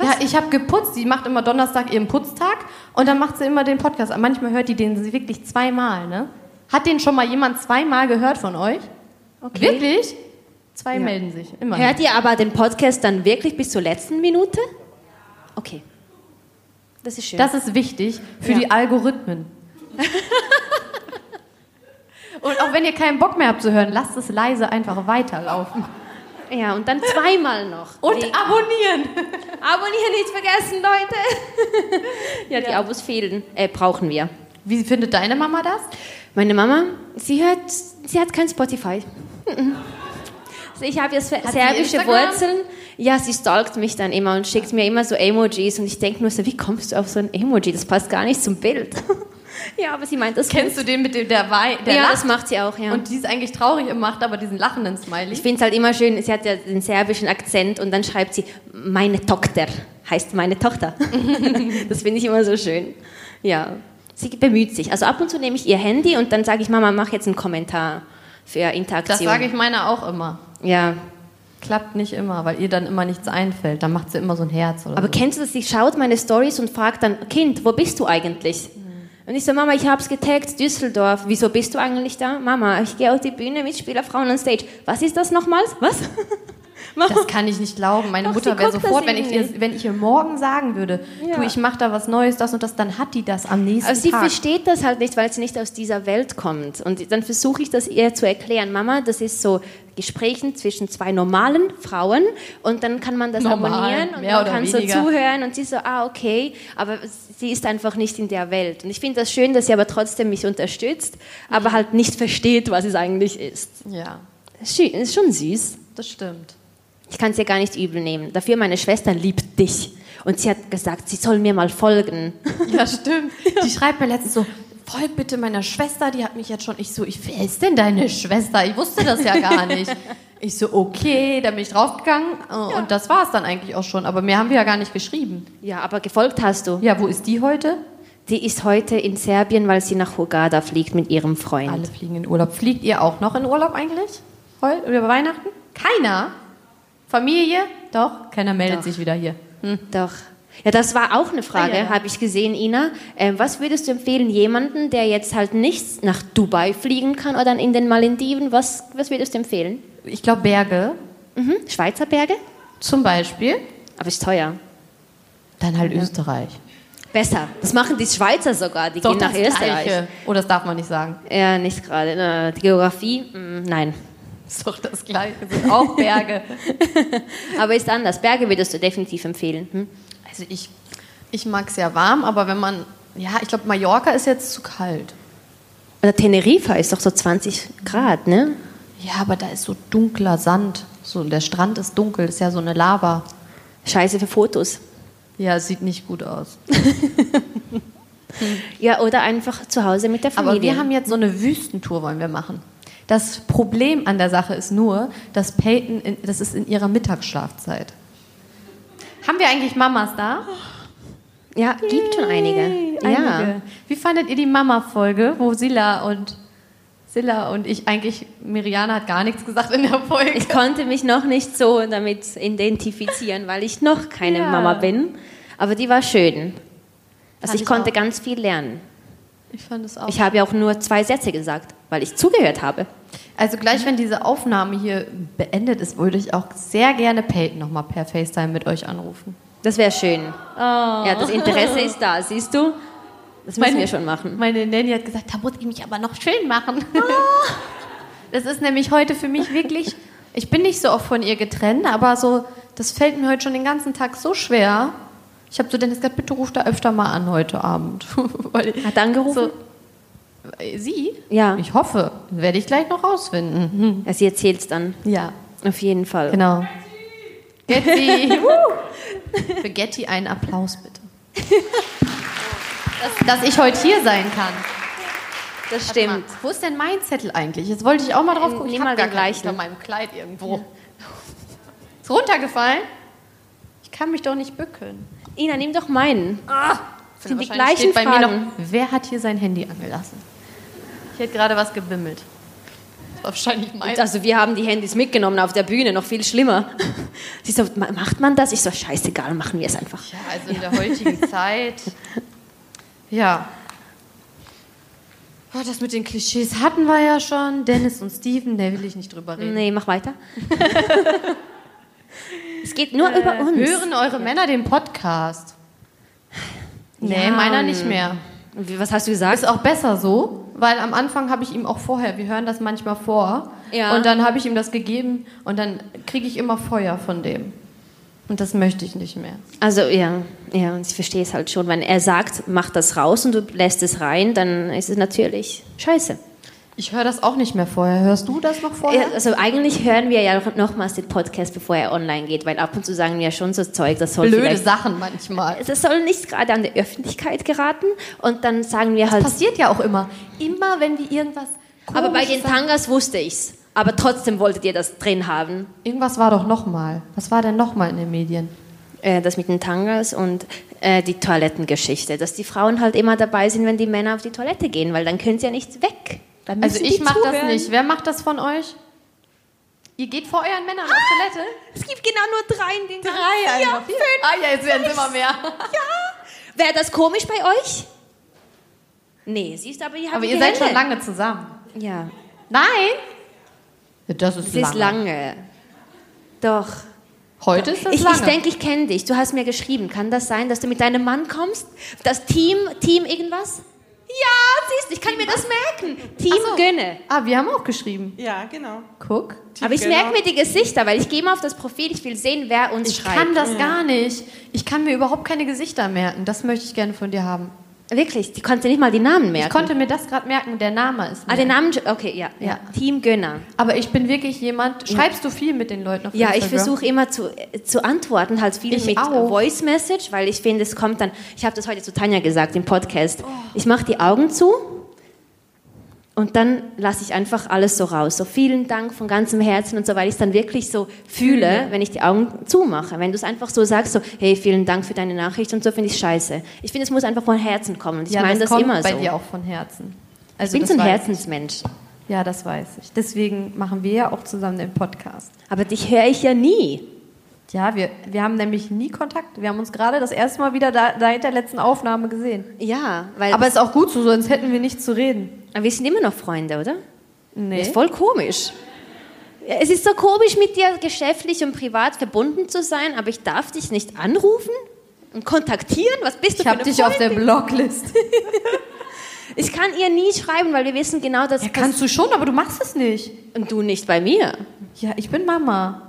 Speaker 3: Ja, ich habe geputzt. Die macht immer Donnerstag ihren Putztag und dann macht sie immer den Podcast. an. Manchmal hört die den sie wirklich zweimal, ne? Hat den schon mal jemand zweimal gehört von euch? Okay. Wirklich? Zwei melden sich, immer.
Speaker 4: Hört ihr aber den Podcast dann wirklich bis zur letzten Minute? Okay. Das ist schön.
Speaker 3: Das ist wichtig für
Speaker 4: Ja.
Speaker 3: die Algorithmen. [laughs] und auch wenn ihr keinen Bock mehr habt zu hören, lasst es leise einfach weiterlaufen.
Speaker 4: ja, und dann zweimal [laughs] noch.
Speaker 3: Und
Speaker 4: Nee,
Speaker 3: abonnieren!
Speaker 4: abonnieren nicht vergessen, Leute. [laughs] ja, die Abos fehlen, äh, brauchen wir.
Speaker 3: Wie findet deine Mama das?
Speaker 4: Meine Mama, sie hört, sie hat kein Spotify. Mhm. Also ich habe jetzt
Speaker 3: sie
Speaker 4: serbische
Speaker 3: Instagram?
Speaker 4: Wurzeln. Ja, sie stalkt mich dann immer und schickt mir immer so Emojis und ich denke nur so, wie kommst du auf so ein Emoji? Das passt gar nicht zum Bild. [laughs] ja, aber sie meint das.
Speaker 3: Kennst du den mit dem, der, Wei der
Speaker 4: ja,
Speaker 3: lacht?
Speaker 4: das macht sie auch, ja.
Speaker 3: Und die ist eigentlich traurig und macht aber diesen lachenden Smiley.
Speaker 4: Ich finde es halt immer schön, sie hat ja den serbischen Akzent und dann schreibt sie, meine Tochter heißt meine Tochter. [laughs] das finde ich immer so schön. Ja, sie bemüht sich. Also ab und zu nehme ich ihr Handy und dann sage ich, Mama, mach jetzt einen Kommentar für Interaktion.
Speaker 3: das sage ich meiner auch immer.
Speaker 4: Ja,
Speaker 3: Klappt nicht immer, weil ihr dann immer nichts einfällt. Dann macht sie immer so ein Herz oder
Speaker 4: aber
Speaker 3: so.
Speaker 4: kennst du das? Sie schaut meine Stories und fragt dann, Kind, wo bist du eigentlich?
Speaker 3: Mhm.
Speaker 4: Und ich so, Mama, ich hab's getaggt, Düsseldorf. Wieso bist du eigentlich da? Mama, ich gehe auf die Bühne mit Spielerfrauen on Stage. Was ist das nochmals? Was? [laughs] Mama,
Speaker 3: Das kann ich nicht glauben. Meine
Speaker 4: Doch,
Speaker 3: Mutter
Speaker 4: sie
Speaker 3: wäre
Speaker 4: guckt das
Speaker 3: sofort, wenn ich,
Speaker 4: irgendwie.
Speaker 3: ihr, wenn ich ihr morgen sagen würde,
Speaker 4: Ja.
Speaker 3: du, ich mache da was Neues, das und das, dann hat die das am nächsten
Speaker 4: Also sie
Speaker 3: Tag.
Speaker 4: versteht das halt nicht, weil sie nicht aus dieser Welt kommt. Und dann versuche ich das ihr zu erklären. Mama, das ist so Gesprächen zwischen zwei normalen Frauen und dann kann man das
Speaker 3: Normal,
Speaker 4: abonnieren und
Speaker 3: mehr
Speaker 4: man
Speaker 3: oder
Speaker 4: kann
Speaker 3: weniger.
Speaker 4: so zuhören und sie so, ah, okay, aber sie ist einfach nicht in der Welt. Und ich finde das schön, dass sie aber trotzdem mich unterstützt, aber halt nicht versteht, was es eigentlich ist.
Speaker 3: Ja,
Speaker 4: Schön, ist schon süß.
Speaker 3: das stimmt.
Speaker 4: Ich kann es ihr gar nicht übel nehmen. Dafür meine Schwester liebt dich. Und sie hat gesagt, sie soll mir mal folgen.
Speaker 3: [laughs] Ja, stimmt. Die schreibt mir letztens so, folg bitte meiner Schwester, die hat mich jetzt schon. Ich so, ich, wer ist denn deine Schwester? Ich wusste das ja
Speaker 4: [laughs]
Speaker 3: gar nicht. Ich so, okay, dann bin ich draufgegangen äh, und das war es dann eigentlich auch schon. Aber mehr haben wir ja gar nicht geschrieben.
Speaker 4: Ja, aber gefolgt hast du.
Speaker 3: Ja, wo ist die heute?
Speaker 4: Die ist heute in Serbien, weil sie nach Hurghada fliegt mit ihrem Freund.
Speaker 3: Alle fliegen in Urlaub. Fliegt ihr auch noch in Urlaub eigentlich? Heute über Weihnachten? Keiner? Familie? Doch, keiner meldet
Speaker 4: Doch.
Speaker 3: sich wieder hier.
Speaker 4: Hm. Doch. Ja, das war auch eine Frage,
Speaker 3: Ah, ja, ja.
Speaker 4: habe ich gesehen, Ina. Ähm, was würdest du empfehlen, jemanden, der jetzt halt nicht nach Dubai fliegen kann oder in den Malediven, was, was würdest du empfehlen?
Speaker 3: Ich glaube Berge
Speaker 4: Mhm. Schweizer Berge?
Speaker 3: zum Beispiel.
Speaker 4: Aber ist teuer.
Speaker 3: Dann halt Österreich.
Speaker 4: Besser. Das machen die Schweizer sogar, die gehen nach Österreich.
Speaker 3: Oh, das darf man nicht sagen.
Speaker 4: Ja, nicht gerade. Na, Die Geografie? Mm, Nein.
Speaker 3: Ist doch das Gleiche. Sind auch Berge. [laughs]
Speaker 4: [laughs] Aber ist anders. Berge würdest du definitiv empfehlen. Hm?
Speaker 3: also ich, ich mag es ja warm, aber wenn man, ja, ich glaube, Mallorca ist jetzt zu kalt.
Speaker 4: Oder Teneriffa ist doch so 20 Grad, ne?
Speaker 3: Ja, aber da ist so dunkler Sand. So, der Strand ist dunkel, ist ja so eine Lava.
Speaker 4: Scheiße für Fotos.
Speaker 3: Ja, es sieht nicht gut aus.
Speaker 4: Ja, oder einfach zu Hause mit der Familie.
Speaker 3: Aber wir haben jetzt so eine Wüstentour wollen wir machen. Das Problem an der Sache ist nur, dass Peyton, in, das ist in ihrer Mittagsschlafzeit. Haben wir eigentlich Mamas da?
Speaker 4: ja, gibt schon einige.
Speaker 3: Yay,
Speaker 4: Ja.
Speaker 3: einige. Wie fandet ihr die Mama-Folge, wo Silla und Silla und ich eigentlich, Miriana hat gar nichts gesagt in der Folge.
Speaker 4: Ich konnte mich noch nicht so damit identifizieren, weil ich noch keine
Speaker 3: Ja.
Speaker 4: Mama bin. Aber die war schön. Also
Speaker 3: Fand
Speaker 4: ich,
Speaker 3: ich
Speaker 4: konnte
Speaker 3: auch.
Speaker 4: ganz viel lernen.
Speaker 3: Ich fand es auch.
Speaker 4: Ich habe ja auch nur zwei Sätze gesagt, weil ich zugehört habe.
Speaker 3: also gleich, wenn diese Aufnahme hier beendet ist, würde ich auch sehr gerne Peyton nochmal per FaceTime mit euch anrufen.
Speaker 4: Das wäre schön.
Speaker 3: Oh.
Speaker 4: Ja, das Interesse ist da, siehst du? Das müssen wir schon machen.
Speaker 3: Meine Nanny hat gesagt, da muss ich mich aber noch schön machen. das ist nämlich heute für mich wirklich, ich bin nicht so oft von ihr getrennt, aber so, das fällt mir heute schon den ganzen Tag so schwer. Ich habe so Dennis gesagt, bitte ruf da öfter mal an heute Abend. [laughs] Weil ich-
Speaker 4: Hat er
Speaker 3: So,
Speaker 4: angerufen?
Speaker 3: sie?
Speaker 4: Ja.
Speaker 3: Ich hoffe, werde ich gleich noch rausfinden.
Speaker 4: Ja, Sie erzählt es dann.
Speaker 3: Ja,
Speaker 4: Auf jeden Fall.
Speaker 3: genau. Getty! Woo! Für Getty einen Applaus bitte. [laughs] Dass, dass ich heute hier sein kann.
Speaker 4: Das
Speaker 3: Warte mal,
Speaker 4: stimmt.
Speaker 3: Wo ist denn mein Zettel eigentlich? Jetzt wollte ich auch mal drauf gucken.
Speaker 4: Nimm
Speaker 3: Ich
Speaker 4: mal
Speaker 3: habe gar
Speaker 4: den
Speaker 3: keinen
Speaker 4: gleichen.
Speaker 3: unter meinem Kleid irgendwo. Ist runtergefallen? Ich kann mich doch nicht bücken.
Speaker 4: Ina, nimm doch meinen. Sind die
Speaker 3: Ah, Wahrscheinlich
Speaker 4: gleichen
Speaker 3: steht bei mir
Speaker 4: Fragen.
Speaker 3: noch, wer hat hier sein Handy angelassen? Ich hätte gerade was gebimmelt. Das war wahrscheinlich mein.
Speaker 4: Also wir haben die Handys mitgenommen auf der Bühne, noch viel
Speaker 3: [laughs]
Speaker 4: schlimmer. Sie so, "Ma- macht man das? Ich so, scheißegal, machen wir es einfach.
Speaker 3: Ja, also in der [laughs] heutigen Zeit. Ja. Oh, das mit den Klischees hatten wir ja schon. Dennis und Steven, da will ich nicht drüber reden.
Speaker 4: [laughs] Nee,
Speaker 3: [laughs]
Speaker 4: mach weiter. es geht nur über uns.
Speaker 3: Äh, Hören eure Männer den Podcast? Nee,
Speaker 4: Ja,
Speaker 3: meiner nicht mehr.
Speaker 4: Wie- Was hast du gesagt?
Speaker 3: Ist auch besser so, weil am Anfang habe ich ihm auch vorher, wir hören das manchmal vor,
Speaker 4: Ja.
Speaker 3: und dann habe ich ihm das gegeben und dann kriege ich immer Feuer von dem. Und das möchte ich nicht mehr.
Speaker 4: Also ja, ja, und ich verstehe es halt schon. Wenn er sagt, mach das raus und du lässt es rein, dann ist es natürlich scheiße.
Speaker 3: Ich höre das auch nicht mehr vorher. Hörst du das noch vorher?
Speaker 4: Ja, also eigentlich hören wir ja noch- nochmals den Podcast, bevor er online geht, weil ab und zu sagen wir ja schon so Zeug, das soll
Speaker 3: Blöde
Speaker 4: vielleicht...
Speaker 3: Sachen manchmal.
Speaker 4: Es soll nicht gerade an die Öffentlichkeit geraten und dann sagen wir halt...
Speaker 3: Passiert ja auch immer. Immer, wenn wir irgendwas.
Speaker 4: Aber bei den
Speaker 3: Komisches sagen-
Speaker 4: Tangas wusste ich's. Aber trotzdem wolltet ihr das drin haben.
Speaker 3: Irgendwas war doch nochmal. Was war denn nochmal in den Medien?
Speaker 4: Äh, das mit den Tangas und äh, die Toilettengeschichte. Dass die Frauen halt immer dabei sind, wenn die Männer auf die Toilette gehen, weil dann können sie ja nicht weg. Dann
Speaker 3: Also
Speaker 4: müssen
Speaker 3: ich
Speaker 4: die
Speaker 3: mache das
Speaker 4: zuhören.
Speaker 3: nicht. Wer macht das von euch? Ihr geht vor euren Männern auf Toilette?
Speaker 4: Es gibt genau nur drei in den
Speaker 3: Drei
Speaker 4: vier,
Speaker 3: einfach.
Speaker 4: fünf.
Speaker 3: Ah ja, jetzt werden es immer mehr.
Speaker 4: Wäre das komisch bei euch? Nee, siehst du, aber ihr habt
Speaker 3: Aber
Speaker 4: die
Speaker 3: ihr seid
Speaker 4: Hände.
Speaker 3: schon lange zusammen.
Speaker 4: Ja,
Speaker 3: Nein. Das ist
Speaker 4: es ist lange. Doch.
Speaker 3: Heute ist das
Speaker 4: Ich,
Speaker 3: lange.
Speaker 4: ich denke, ich kenne dich. Du hast mir geschrieben. Kann das sein, dass du mit deinem Mann kommst? Das Team, Team irgendwas? Ja, siehst du, ich kann mir das merken. Team
Speaker 3: Ach so.
Speaker 4: Gönne.
Speaker 3: Ah, wir haben auch geschrieben.
Speaker 5: Ja, genau.
Speaker 3: Guck.
Speaker 4: Aber ich
Speaker 5: Gönner.
Speaker 4: merke mir die Gesichter, weil ich gehe mal auf das Profil, ich will sehen, wer uns
Speaker 3: Ich
Speaker 4: schreibt.
Speaker 3: kann das gar nicht. Ich kann mir überhaupt keine Gesichter merken. Das möchte ich gerne von dir haben.
Speaker 4: Wirklich, die konnte nicht mal die Namen merken.
Speaker 3: Ich konnte mir das gerade merken. Der Name ist. Mir.
Speaker 4: ah, den Namen, okay, ja.
Speaker 3: Ja.
Speaker 4: Team Gönner.
Speaker 3: Aber ich bin wirklich jemand. Schreibst du viel mit den Leuten auf
Speaker 4: Ja, ich
Speaker 3: Instagram?
Speaker 4: versuche immer zu, äh, zu antworten, halt viel
Speaker 3: Ich
Speaker 4: mit
Speaker 3: auch.
Speaker 4: Voice
Speaker 3: Oh.
Speaker 4: Message, weil ich finde, es kommt dann, ich habe das heute zu Tanja gesagt im Podcast, ich mache die Augen zu Und dann lasse ich einfach alles so raus. So vielen Dank von ganzem Herzen und so, weil ich es dann wirklich so fühle, wenn ich die Augen zumache. Wenn du es einfach so sagst, so, hey, vielen Dank für deine Nachricht und so, finde ich scheiße. Ich finde, es muss einfach von Herzen kommen. Und ich
Speaker 3: ja,
Speaker 4: meine
Speaker 3: das,
Speaker 4: das,
Speaker 3: kommt
Speaker 4: immer
Speaker 3: bei
Speaker 4: so.
Speaker 3: dir auch von Herzen.
Speaker 4: ich
Speaker 3: Also
Speaker 4: bin
Speaker 3: das
Speaker 4: so ein
Speaker 3: weiß
Speaker 4: Herzensmensch.
Speaker 3: Ich. Ja, das weiß ich. Deswegen machen wir ja auch zusammen den Podcast.
Speaker 4: Aber dich höre ich ja nie.
Speaker 3: Ja, wir, wir haben nämlich nie Kontakt. Wir haben uns gerade das erste Mal wieder da, seit der letzten Aufnahme gesehen.
Speaker 4: Ja, weil
Speaker 3: Aber ist auch gut so, sonst hätten wir nichts zu reden.
Speaker 4: Aber wir sind immer noch Freunde, oder?
Speaker 3: Nee.
Speaker 4: Ist voll komisch. Ja, Es ist so komisch, mit dir geschäftlich und privat verbunden zu sein, aber ich darf dich nicht anrufen und kontaktieren. Was bist
Speaker 3: ich
Speaker 4: du für
Speaker 3: habe
Speaker 4: eine
Speaker 3: dich auf der
Speaker 4: Freundin?
Speaker 3: Blocklist.
Speaker 4: Ich kann ihr nie schreiben, weil wir wissen genau, dass
Speaker 3: Ja, kannst du schon, aber du machst es nicht.
Speaker 4: und du nicht bei mir.
Speaker 3: Ja, ich bin Mama.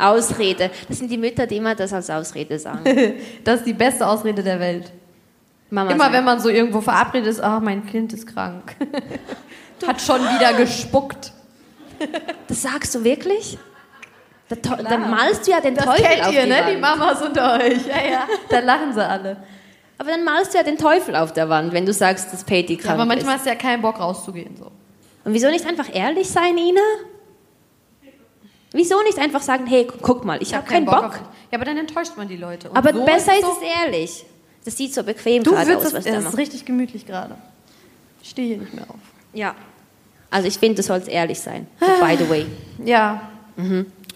Speaker 4: Ausrede. Das sind die Mütter, die immer das als
Speaker 3: [laughs]
Speaker 4: Ausrede sagen.
Speaker 3: Das ist die beste Ausrede der Welt.
Speaker 4: Mama
Speaker 3: Immer
Speaker 4: sagt,
Speaker 3: wenn man so irgendwo verabredet ist, ah, mein Kind ist [laughs] krank. Hat schon wieder gespuckt.
Speaker 4: das sagst du wirklich? Da to- Dann malst du ja den
Speaker 3: Das
Speaker 4: Teufel
Speaker 3: kennt
Speaker 4: auf
Speaker 3: ihr,
Speaker 4: die
Speaker 3: ne? Die
Speaker 4: Wand.
Speaker 3: Mamas unter euch. Ja, ja. [laughs] Da lachen sie alle.
Speaker 4: aber dann malst du ja den Teufel auf der Wand, wenn du sagst, dass Patty krank
Speaker 3: Ja, aber
Speaker 4: ist.
Speaker 3: manchmal hast du ja keinen Bock rauszugehen. So.
Speaker 4: Und wieso nicht einfach ehrlich sein, Ina? Wieso nicht einfach sagen, hey, gu- guck mal, ich, habe keinen Bock.
Speaker 3: auf- Ja, aber dann enttäuscht man die Leute. Und
Speaker 4: aber
Speaker 3: so
Speaker 4: besser ist
Speaker 3: so-
Speaker 4: es ehrlich. Das sieht so bequem
Speaker 3: Du
Speaker 4: gerade
Speaker 3: würdest es,
Speaker 4: aus, was
Speaker 3: es
Speaker 4: der
Speaker 3: ist
Speaker 4: macht.
Speaker 3: richtig gemütlich gerade. Ich stehe hier nicht mehr auf.
Speaker 4: Ja. Also ich finde, du sollst ehrlich sein. So, by the way.
Speaker 3: Ja.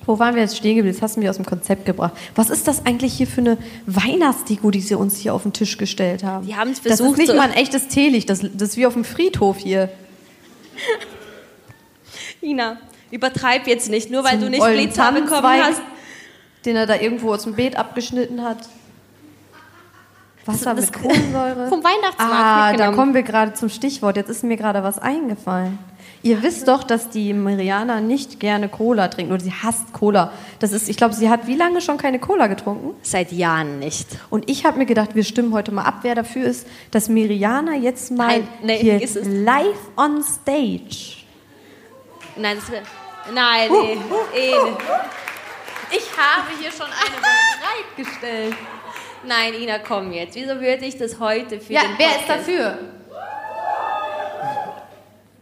Speaker 3: Wo waren wir jetzt stehen geblieben? Das hast du mich aus dem Konzept gebracht. Was ist das eigentlich hier für eine Weihnachtsdeko, die sie uns hier auf den Tisch gestellt haben?
Speaker 4: Die haben's
Speaker 3: Das ist
Speaker 4: versucht,
Speaker 3: nicht
Speaker 4: so-
Speaker 3: mal ein echtes Teelicht. Das, das ist wie auf dem Friedhof hier.
Speaker 4: [laughs] Ina, übertreib jetzt nicht, nur weil
Speaker 3: Zum ollen Tannenzweig, Den er da irgendwo aus dem Beet abgeschnitten hat. Wasser
Speaker 4: Das-
Speaker 3: mit Kohlensäure.
Speaker 4: [laughs] Vom Weihnachtsmarkt
Speaker 3: Ah, da
Speaker 4: mitgenommen.
Speaker 3: kommen wir gerade zum Stichwort. Jetzt ist mir gerade was eingefallen. Ihr wisst doch, dass die Mariana nicht gerne Cola trinkt. Oder sie hasst Cola. Das ist, ich glaube, sie hat wie lange schon keine Cola getrunken?
Speaker 4: Seit Jahren nicht.
Speaker 3: Und ich habe mir gedacht, wir stimmen heute mal ab, wer dafür ist, dass Miriana jetzt mal
Speaker 4: Nein, nee,
Speaker 3: hier
Speaker 4: vergiss es.
Speaker 3: live on stage.
Speaker 4: Nein, das Nein, nee. eh nicht.
Speaker 3: Ich habe hier schon
Speaker 4: [laughs]
Speaker 3: eine bereitgestellt.
Speaker 4: Nein, Ina, komm jetzt. Wieso würde ich das heute für
Speaker 3: Ja,
Speaker 4: den
Speaker 3: wer ist
Speaker 4: Podcast-
Speaker 3: dafür?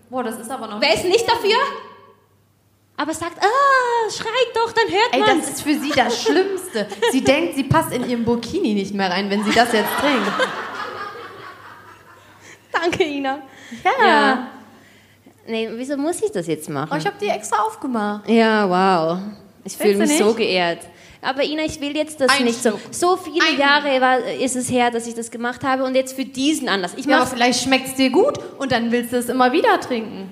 Speaker 3: Boah, das ist aber noch.
Speaker 4: Wer ist nicht dafür? Aber sagt, ah, schreit doch, dann hört
Speaker 3: Ey,
Speaker 4: man.
Speaker 3: das ist für sie das Schlimmste. Sie denkt, sie passt in ihrem Burkini nicht mehr rein, wenn sie das jetzt trinkt.
Speaker 4: Danke, Ina.
Speaker 3: Ja.
Speaker 4: Ja. Nee, wieso muss ich das jetzt
Speaker 3: Oh,
Speaker 4: machen?
Speaker 3: ich habe die extra aufgemacht.
Speaker 4: Ja, wow. Ich fühle
Speaker 3: du
Speaker 4: mich so
Speaker 3: nicht?
Speaker 4: geehrt. Aber Ina, ich will jetzt das
Speaker 3: Ein
Speaker 4: nicht so.
Speaker 3: Schluck.
Speaker 4: So viele
Speaker 3: Ein-
Speaker 4: Jahre war, ist es her, dass ich das gemacht habe und jetzt für diesen anders. Ich
Speaker 3: Ja, aber
Speaker 4: mach's.
Speaker 3: vielleicht schmeckt es dir gut und dann willst du es immer wieder trinken.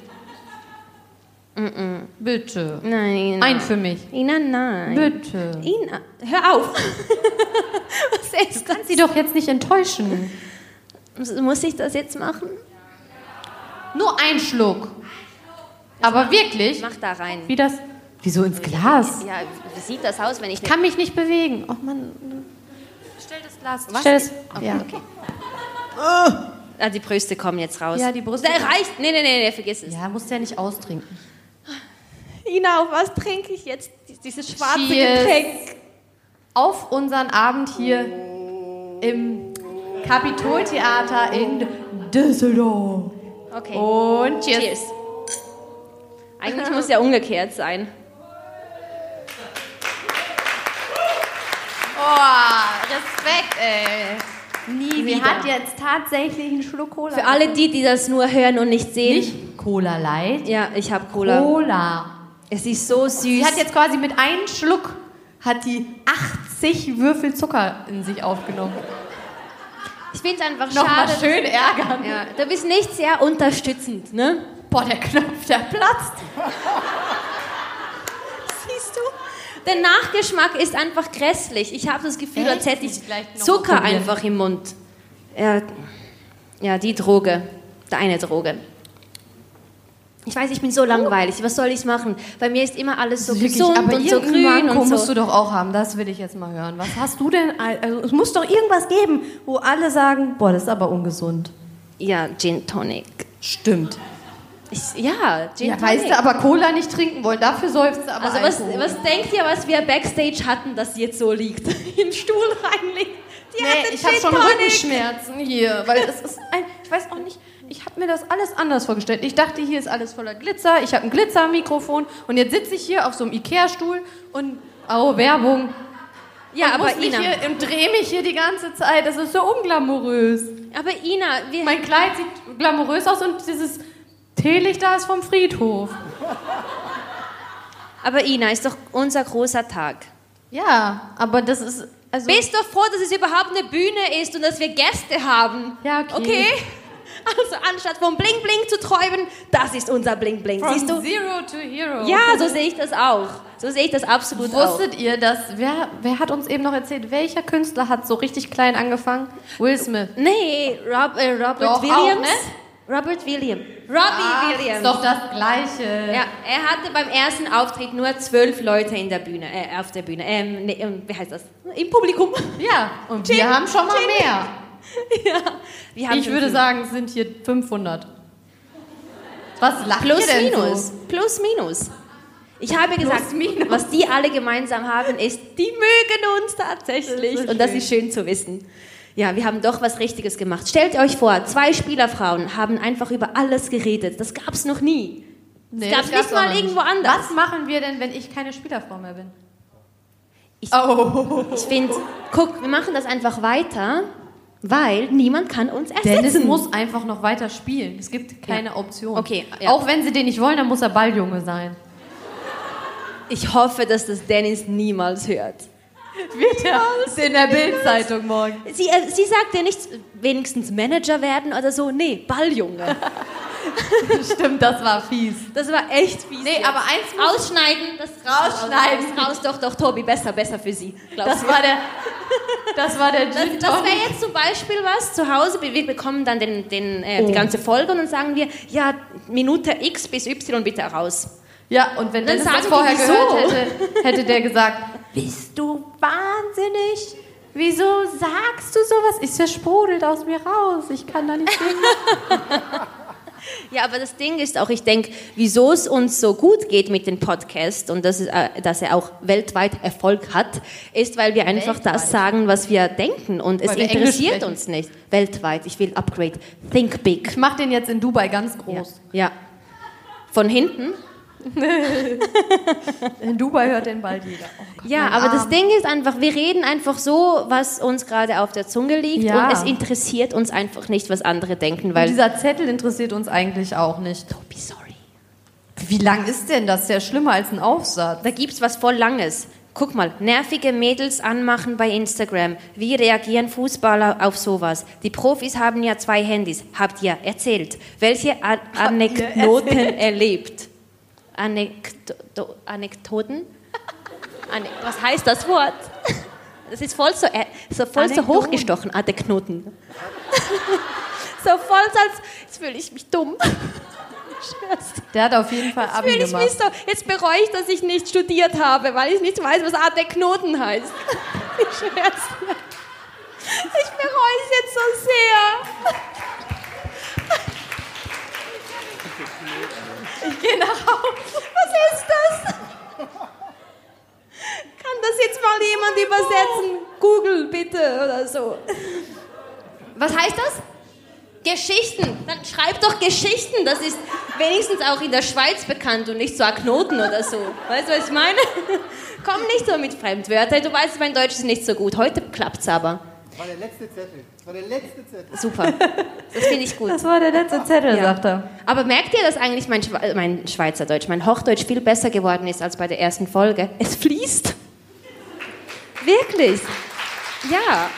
Speaker 3: Bitte.
Speaker 4: nein. Ina.
Speaker 3: Ein für mich.
Speaker 4: Ina, nein.
Speaker 3: Bitte.
Speaker 4: Ina, hör [laughs] auf. Was ist das?
Speaker 3: Sie doch jetzt nicht enttäuschen.
Speaker 4: Muss ich das jetzt machen?
Speaker 3: Nur ein Schluck. Aber wirklich?
Speaker 4: Mach da rein.
Speaker 3: Wie das? Wieso ins Glas?
Speaker 4: Ja, wie sieht das aus, wenn ich
Speaker 3: Ich kann mich nicht bewegen. Oh Mann.
Speaker 4: Was?
Speaker 3: Stell das. Ja.
Speaker 4: Ah, die Brüste kommen jetzt raus.
Speaker 3: Ja, die Brüste-
Speaker 4: Da reicht. Nee, nee, nee, nee, vergiss es.
Speaker 3: ja, musst du ja nicht austrinken.
Speaker 4: Ina, auf was trinke ich jetzt dies- dieses schwarze
Speaker 3: Cheers.
Speaker 4: Getränk?
Speaker 3: Auf unseren Abend hier im Kapitoltheater in Düsseldorf.
Speaker 4: Okay.
Speaker 3: Und cheers.
Speaker 4: Cheers. Eigentlich muss es ja umgekehrt sein.
Speaker 3: Oh, Respekt, ey. Nie wieder. Sie hat jetzt tatsächlich einen Schluck Cola.
Speaker 4: Für alle die, die das nur hören und nicht Oh. sehen.
Speaker 3: Nicht Cola Light.
Speaker 4: Ja, ich habe Cola.
Speaker 3: Cola.
Speaker 4: Es ist so süß.
Speaker 3: Sie hat jetzt quasi mit einem Schluck hat die 80 Würfel Zucker in sich aufgenommen.
Speaker 4: ich finde es einfach
Speaker 3: Nochmal
Speaker 4: schade.
Speaker 3: schön ärgern.
Speaker 4: Ja, du bist nicht sehr unterstützend, ne?
Speaker 3: Boah, der Knopf, der platzt.
Speaker 4: Siehst du? Der Nachgeschmack ist einfach grässlich. Ich habe das Gefühl,
Speaker 3: Echt?
Speaker 4: als hätte ich
Speaker 3: Muss ich gleich noch mal
Speaker 4: Zucker
Speaker 3: probieren.
Speaker 4: einfach im Mund. Ja, ja, die Droge. Deine Droge. Ich weiß, ich bin
Speaker 3: Oh.
Speaker 4: so langweilig. Was soll ich machen? Bei mir ist immer alles so gesund und so grün und so.
Speaker 3: musst du doch auch haben. Das will ich jetzt mal hören. Was hast du denn? Also es muss doch irgendwas geben, wo alle sagen, boah, das ist aber ungesund.
Speaker 4: Ja, Gin Tonic.
Speaker 3: Stimmt.
Speaker 4: Ich, ja, Gin
Speaker 3: Ja,
Speaker 4: Tonic.
Speaker 3: weißt du, aber Cola nicht trinken wollen. Dafür säufst du aber
Speaker 4: also was,
Speaker 3: Alkohol.
Speaker 4: was denkt ihr, was wir backstage hatten, das jetzt so liegt? [laughs] Im Stuhl reinliegt. Die
Speaker 3: Nee,
Speaker 4: hatte
Speaker 3: ich
Speaker 4: Gin
Speaker 3: habe schon
Speaker 4: Tonic.
Speaker 3: Rückenschmerzen hier, weil es ist ein, ich weiß auch nicht, ich habe mir das alles anders vorgestellt. Ich dachte, hier ist alles voller Glitzer, ich habe ein Glitzermikrofon und jetzt sitze ich hier auf so einem Ikea-Stuhl und, oh, Werbung.
Speaker 2: Ja,
Speaker 3: und
Speaker 2: aber
Speaker 3: muss mich
Speaker 2: Ina.
Speaker 3: hier und drehe mich hier die ganze Zeit. Das ist so unglamourös.
Speaker 2: Aber Ina, wir,
Speaker 3: Mein Kleid sieht glamourös aus und dieses Teelicht da ist vom Friedhof.
Speaker 4: Aber Ina, ist doch unser großer Tag.
Speaker 3: Ja, aber das ist also
Speaker 2: bist doch froh, dass es überhaupt eine Bühne ist und dass wir Gäste haben.
Speaker 3: Ja, okay.
Speaker 2: Okay? [laughs] Also anstatt vom Bling Bling zu träumen, das ist unser Bling Bling.
Speaker 3: from
Speaker 2: Siehst du?
Speaker 3: Zero to Hero.
Speaker 2: Ja, so sehe ich das auch. So sehe ich das absolut auch.
Speaker 3: Wusstet ihr, dass wer wer hat uns eben noch erzählt, welcher Künstler hat so richtig klein angefangen? Will Smith.
Speaker 4: Nee, Rob, äh, Robert
Speaker 3: Doch,
Speaker 4: Williams.
Speaker 3: auch,
Speaker 4: Robert Williams.
Speaker 2: ne?
Speaker 4: Ah,
Speaker 2: Robbie
Speaker 3: Ist
Speaker 2: Williams.
Speaker 3: doch Ah, das Gleiche.
Speaker 4: Ja.
Speaker 2: Er hatte beim ersten Auftritt nur zwölf Leute in der Bühne, äh, auf der Bühne. Ähm, nee, ähm, wie heißt das? Im Publikum. [laughs]
Speaker 3: Ja, und wir haben schon mal mehr.
Speaker 4: Wir haben
Speaker 3: ich
Speaker 4: schon
Speaker 3: würde
Speaker 4: viel.
Speaker 3: sagen, es sind hier 500. Was lacht
Speaker 4: Plus
Speaker 3: ihr denn
Speaker 4: minus.
Speaker 3: So?
Speaker 4: Plus minus. Ich habe gesagt,
Speaker 3: minus.
Speaker 4: was die alle gemeinsam haben, ist, die mögen uns tatsächlich.
Speaker 3: Das ist so
Speaker 4: Und das
Speaker 3: schön.
Speaker 4: ist schön zu wissen. Ja, wir haben doch was Richtiges gemacht. Stellt euch vor, zwei Spielerfrauen haben einfach über alles geredet. Das gab es noch nie.
Speaker 3: Nee,
Speaker 4: gab's
Speaker 3: das
Speaker 4: nicht mal
Speaker 3: auch noch
Speaker 4: irgendwo anders.
Speaker 3: Was machen wir denn, wenn ich keine Spielerfrau mehr bin? Oh.
Speaker 4: Ich finde, guck, wir machen das einfach weiter, weil niemand kann uns ersetzen.
Speaker 3: Dennis muss einfach noch weiter spielen. Es gibt keine Option.
Speaker 4: Okay, ja.
Speaker 3: Auch wenn sie den nicht wollen, dann muss er Balljunge sein.
Speaker 4: ich hoffe, dass das Dennis niemals hört.
Speaker 3: Wird er in der Bildzeitung morgen.
Speaker 4: Sie, äh, sie sagt ja nicht, wenigstens Manager werden oder so. Nee, Balljunge.
Speaker 3: [laughs] Stimmt, das war fies.
Speaker 4: Das war echt fies.
Speaker 3: Nee, aber eins muss
Speaker 4: Ausschneiden, das
Speaker 3: Rausschneiden.
Speaker 4: Raus, raus, doch, doch, Tobi, besser, besser für Sie.
Speaker 3: das war der das war der
Speaker 4: das,
Speaker 3: Gin
Speaker 4: das
Speaker 3: Tonic.
Speaker 4: wäre jetzt zum Beispiel was zu Hause. Wir wir bekommen dann den, den, äh,
Speaker 3: Oh.
Speaker 4: die ganze Folge und dann sagen wir, ja, Minute X bis Y bitte raus.
Speaker 3: Ja, und wenn
Speaker 4: Dann
Speaker 3: Dennis das
Speaker 4: sagen die,
Speaker 3: vorher
Speaker 4: wieso?
Speaker 3: gehört hätte, hätte der gesagt, [laughs] bist du wahnsinnig? Wieso sagst du sowas? Es versprudelt aus mir raus. Ich kann da nicht [laughs] hin.
Speaker 4: Ja, aber das Ding ist auch, ich denke, wieso es uns so gut geht mit dem Podcast und dass, es, äh, dass er auch weltweit Erfolg hat, ist, weil wir einfach das sagen, was wir denken und es
Speaker 3: Weil wir Englisch
Speaker 4: interessiert
Speaker 3: sprechen.
Speaker 4: uns nicht. Weltweit, ich will Upgrade. Think big.
Speaker 3: Ich mach den jetzt in Dubai ganz groß.
Speaker 4: Ja. Von hinten?
Speaker 3: In Dubai hört den bald jeder. Oh Gott,
Speaker 4: Ja,
Speaker 3: mein
Speaker 4: aber das
Speaker 3: Arm.
Speaker 4: Ding ist einfach, wir reden einfach so, was uns gerade auf der Zunge liegt
Speaker 3: Ja.
Speaker 4: und es interessiert uns einfach nicht, was andere denken, weil...
Speaker 3: Und dieser Zettel interessiert uns eigentlich auch nicht.
Speaker 4: Tobi, sorry.
Speaker 3: Wie lang ist denn das? Ist ja schlimmer als ein Aufsatz.
Speaker 4: Da gibt's was voll Langes. Guck mal, nervige Mädels anmachen bei Instagram. Wie reagieren Fußballer auf sowas? Die Profis haben ja zwei Handys. Habt ihr erzählt? Welche A Anekdoten erlebt? Anekdo Anekdoten? Ane was heißt das Wort? Das ist voll so, äh, so, voll so
Speaker 3: Anekdoten.
Speaker 4: hochgestochen, Aneknoten. [laughs] so voll so als, jetzt fühle ich mich [laughs] dumm. Scheiße.
Speaker 3: Der hat auf jeden Fall Abi
Speaker 4: Fühle ich mich
Speaker 3: gemacht.
Speaker 4: so, jetzt bereue ich, dass ich nicht studiert habe, weil ich nicht weiß, was Art der Knoten heißt. [laughs] Ich schwör's dir. Ich bereue es jetzt so sehr. Ich gehe nach Hause. Was ist das? Kann das jetzt mal jemand übersetzen? Google bitte oder so. Was heißt das? Geschichten. Dann schreib doch Geschichten. Das ist wenigstens auch in der Schweiz bekannt und nicht so ein Knoten oder so. Weißt du, was ich meine? [laughs] Komm nicht so mit Fremdwörtern. Du weißt, mein Deutsch ist nicht so gut. Heute klappt's aber.
Speaker 6: war der letzte Zettel. Das war der letzte Zettel.
Speaker 4: Super. Das finde ich gut.
Speaker 3: Das war der letzte Zettel, sagt er.
Speaker 4: Aber merkt ihr, dass eigentlich mein, Schwe äh, mein Schweizerdeutsch, mein Hochdeutsch viel besser geworden ist als bei der ersten Folge? Es fließt. Wirklich. Ja.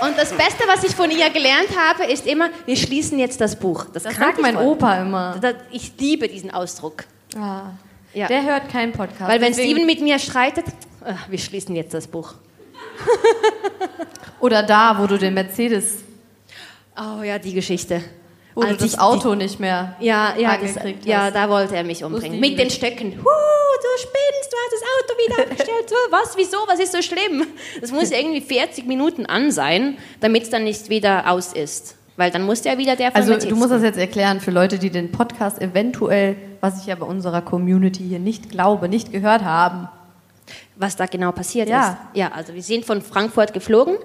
Speaker 4: Und das Beste, was ich von ihr gelernt habe, ist immer, wir schließen jetzt das Buch. Das,
Speaker 3: Das
Speaker 4: kannte
Speaker 3: sagt
Speaker 4: ich
Speaker 3: mein
Speaker 4: vorher.
Speaker 3: Opa immer.
Speaker 4: Da- Ich liebe diesen Ausdruck.
Speaker 3: Ah.
Speaker 4: Ja.
Speaker 3: Der hört keinen Podcast.
Speaker 4: Weil wenn
Speaker 3: Deswegen-
Speaker 4: Steven mit mir streitet, ah, wir schließen jetzt das Buch.
Speaker 3: Oder da, wo du den Mercedes,
Speaker 4: Oh ja, die Geschichte.
Speaker 3: wo du
Speaker 4: Als ich
Speaker 3: das
Speaker 4: Also die-
Speaker 3: Auto nicht mehr.
Speaker 4: Ja, ja, das,
Speaker 3: angekriegt
Speaker 4: ja,
Speaker 3: hast.
Speaker 4: da wollte er mich umbringen.
Speaker 3: ich
Speaker 4: Mit
Speaker 3: nicht.
Speaker 4: den Stöcken. Huh, du spinnst, du hast das
Speaker 3: [laughs]
Speaker 4: Auto wieder abgestellt. Huh, Was, wieso, was ist so schlimm? Das muss irgendwie 40 Minuten an sein, damit es dann nicht wieder aus ist. Weil dann muss ja wieder der von
Speaker 3: Also
Speaker 4: Mercedes
Speaker 3: du musst das
Speaker 4: kommen.
Speaker 3: jetzt erklären für Leute, die den Podcast eventuell, was ich ja bei unserer Community hier nicht glaube, nicht gehört haben.
Speaker 4: was da genau passiert
Speaker 3: Ja.
Speaker 4: ist. Ja, also wir sind von Frankfurt geflogen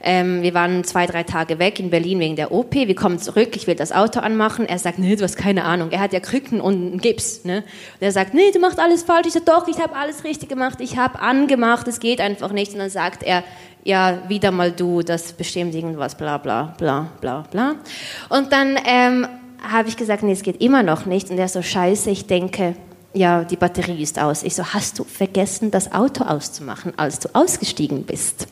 Speaker 4: Ähm, wir waren zwei, drei Tage weg in Berlin wegen der OP. Wir kommen zurück, ich will das Auto anmachen. Er sagt, nee, du hast keine Ahnung. Er hat ja Krücken und einen Gips. Ne? Und er sagt, nee, du machst alles falsch. Ich sage, doch, ich habe alles richtig gemacht. Ich habe angemacht, es geht einfach nicht. Und dann sagt er, ja, wieder mal du, das bestimmt irgendwas, bla bla bla bla bla. Und dann ähm, habe ich gesagt, nee, es geht immer noch nicht. Und er so, scheiße, ich denke, ja, die Batterie ist aus. Ich so, hast du vergessen, das Auto auszumachen, als du ausgestiegen bist?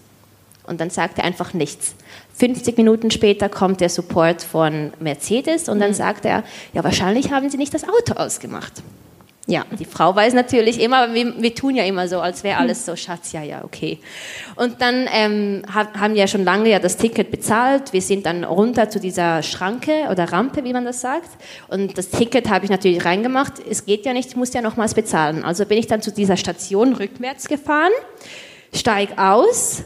Speaker 4: Und dann sagt er einfach nichts. 50 Minuten später kommt der Support von Mercedes und dann sagt er, ja, wahrscheinlich haben sie nicht das Auto ausgemacht. Ja, die Frau weiß natürlich immer, aber wir, wir tun ja immer so, als wäre alles so, Schatz, ja, ja, okay. Und dann ähm, ha- haben wir ja schon lange ja das Ticket bezahlt. Wir sind dann runter zu dieser Schranke oder Rampe, wie man das sagt. Und das Ticket habe ich natürlich reingemacht. Es geht ja nicht, ich muss ja nochmals bezahlen. Also bin ich dann zu dieser Station rückwärts gefahren, steig aus,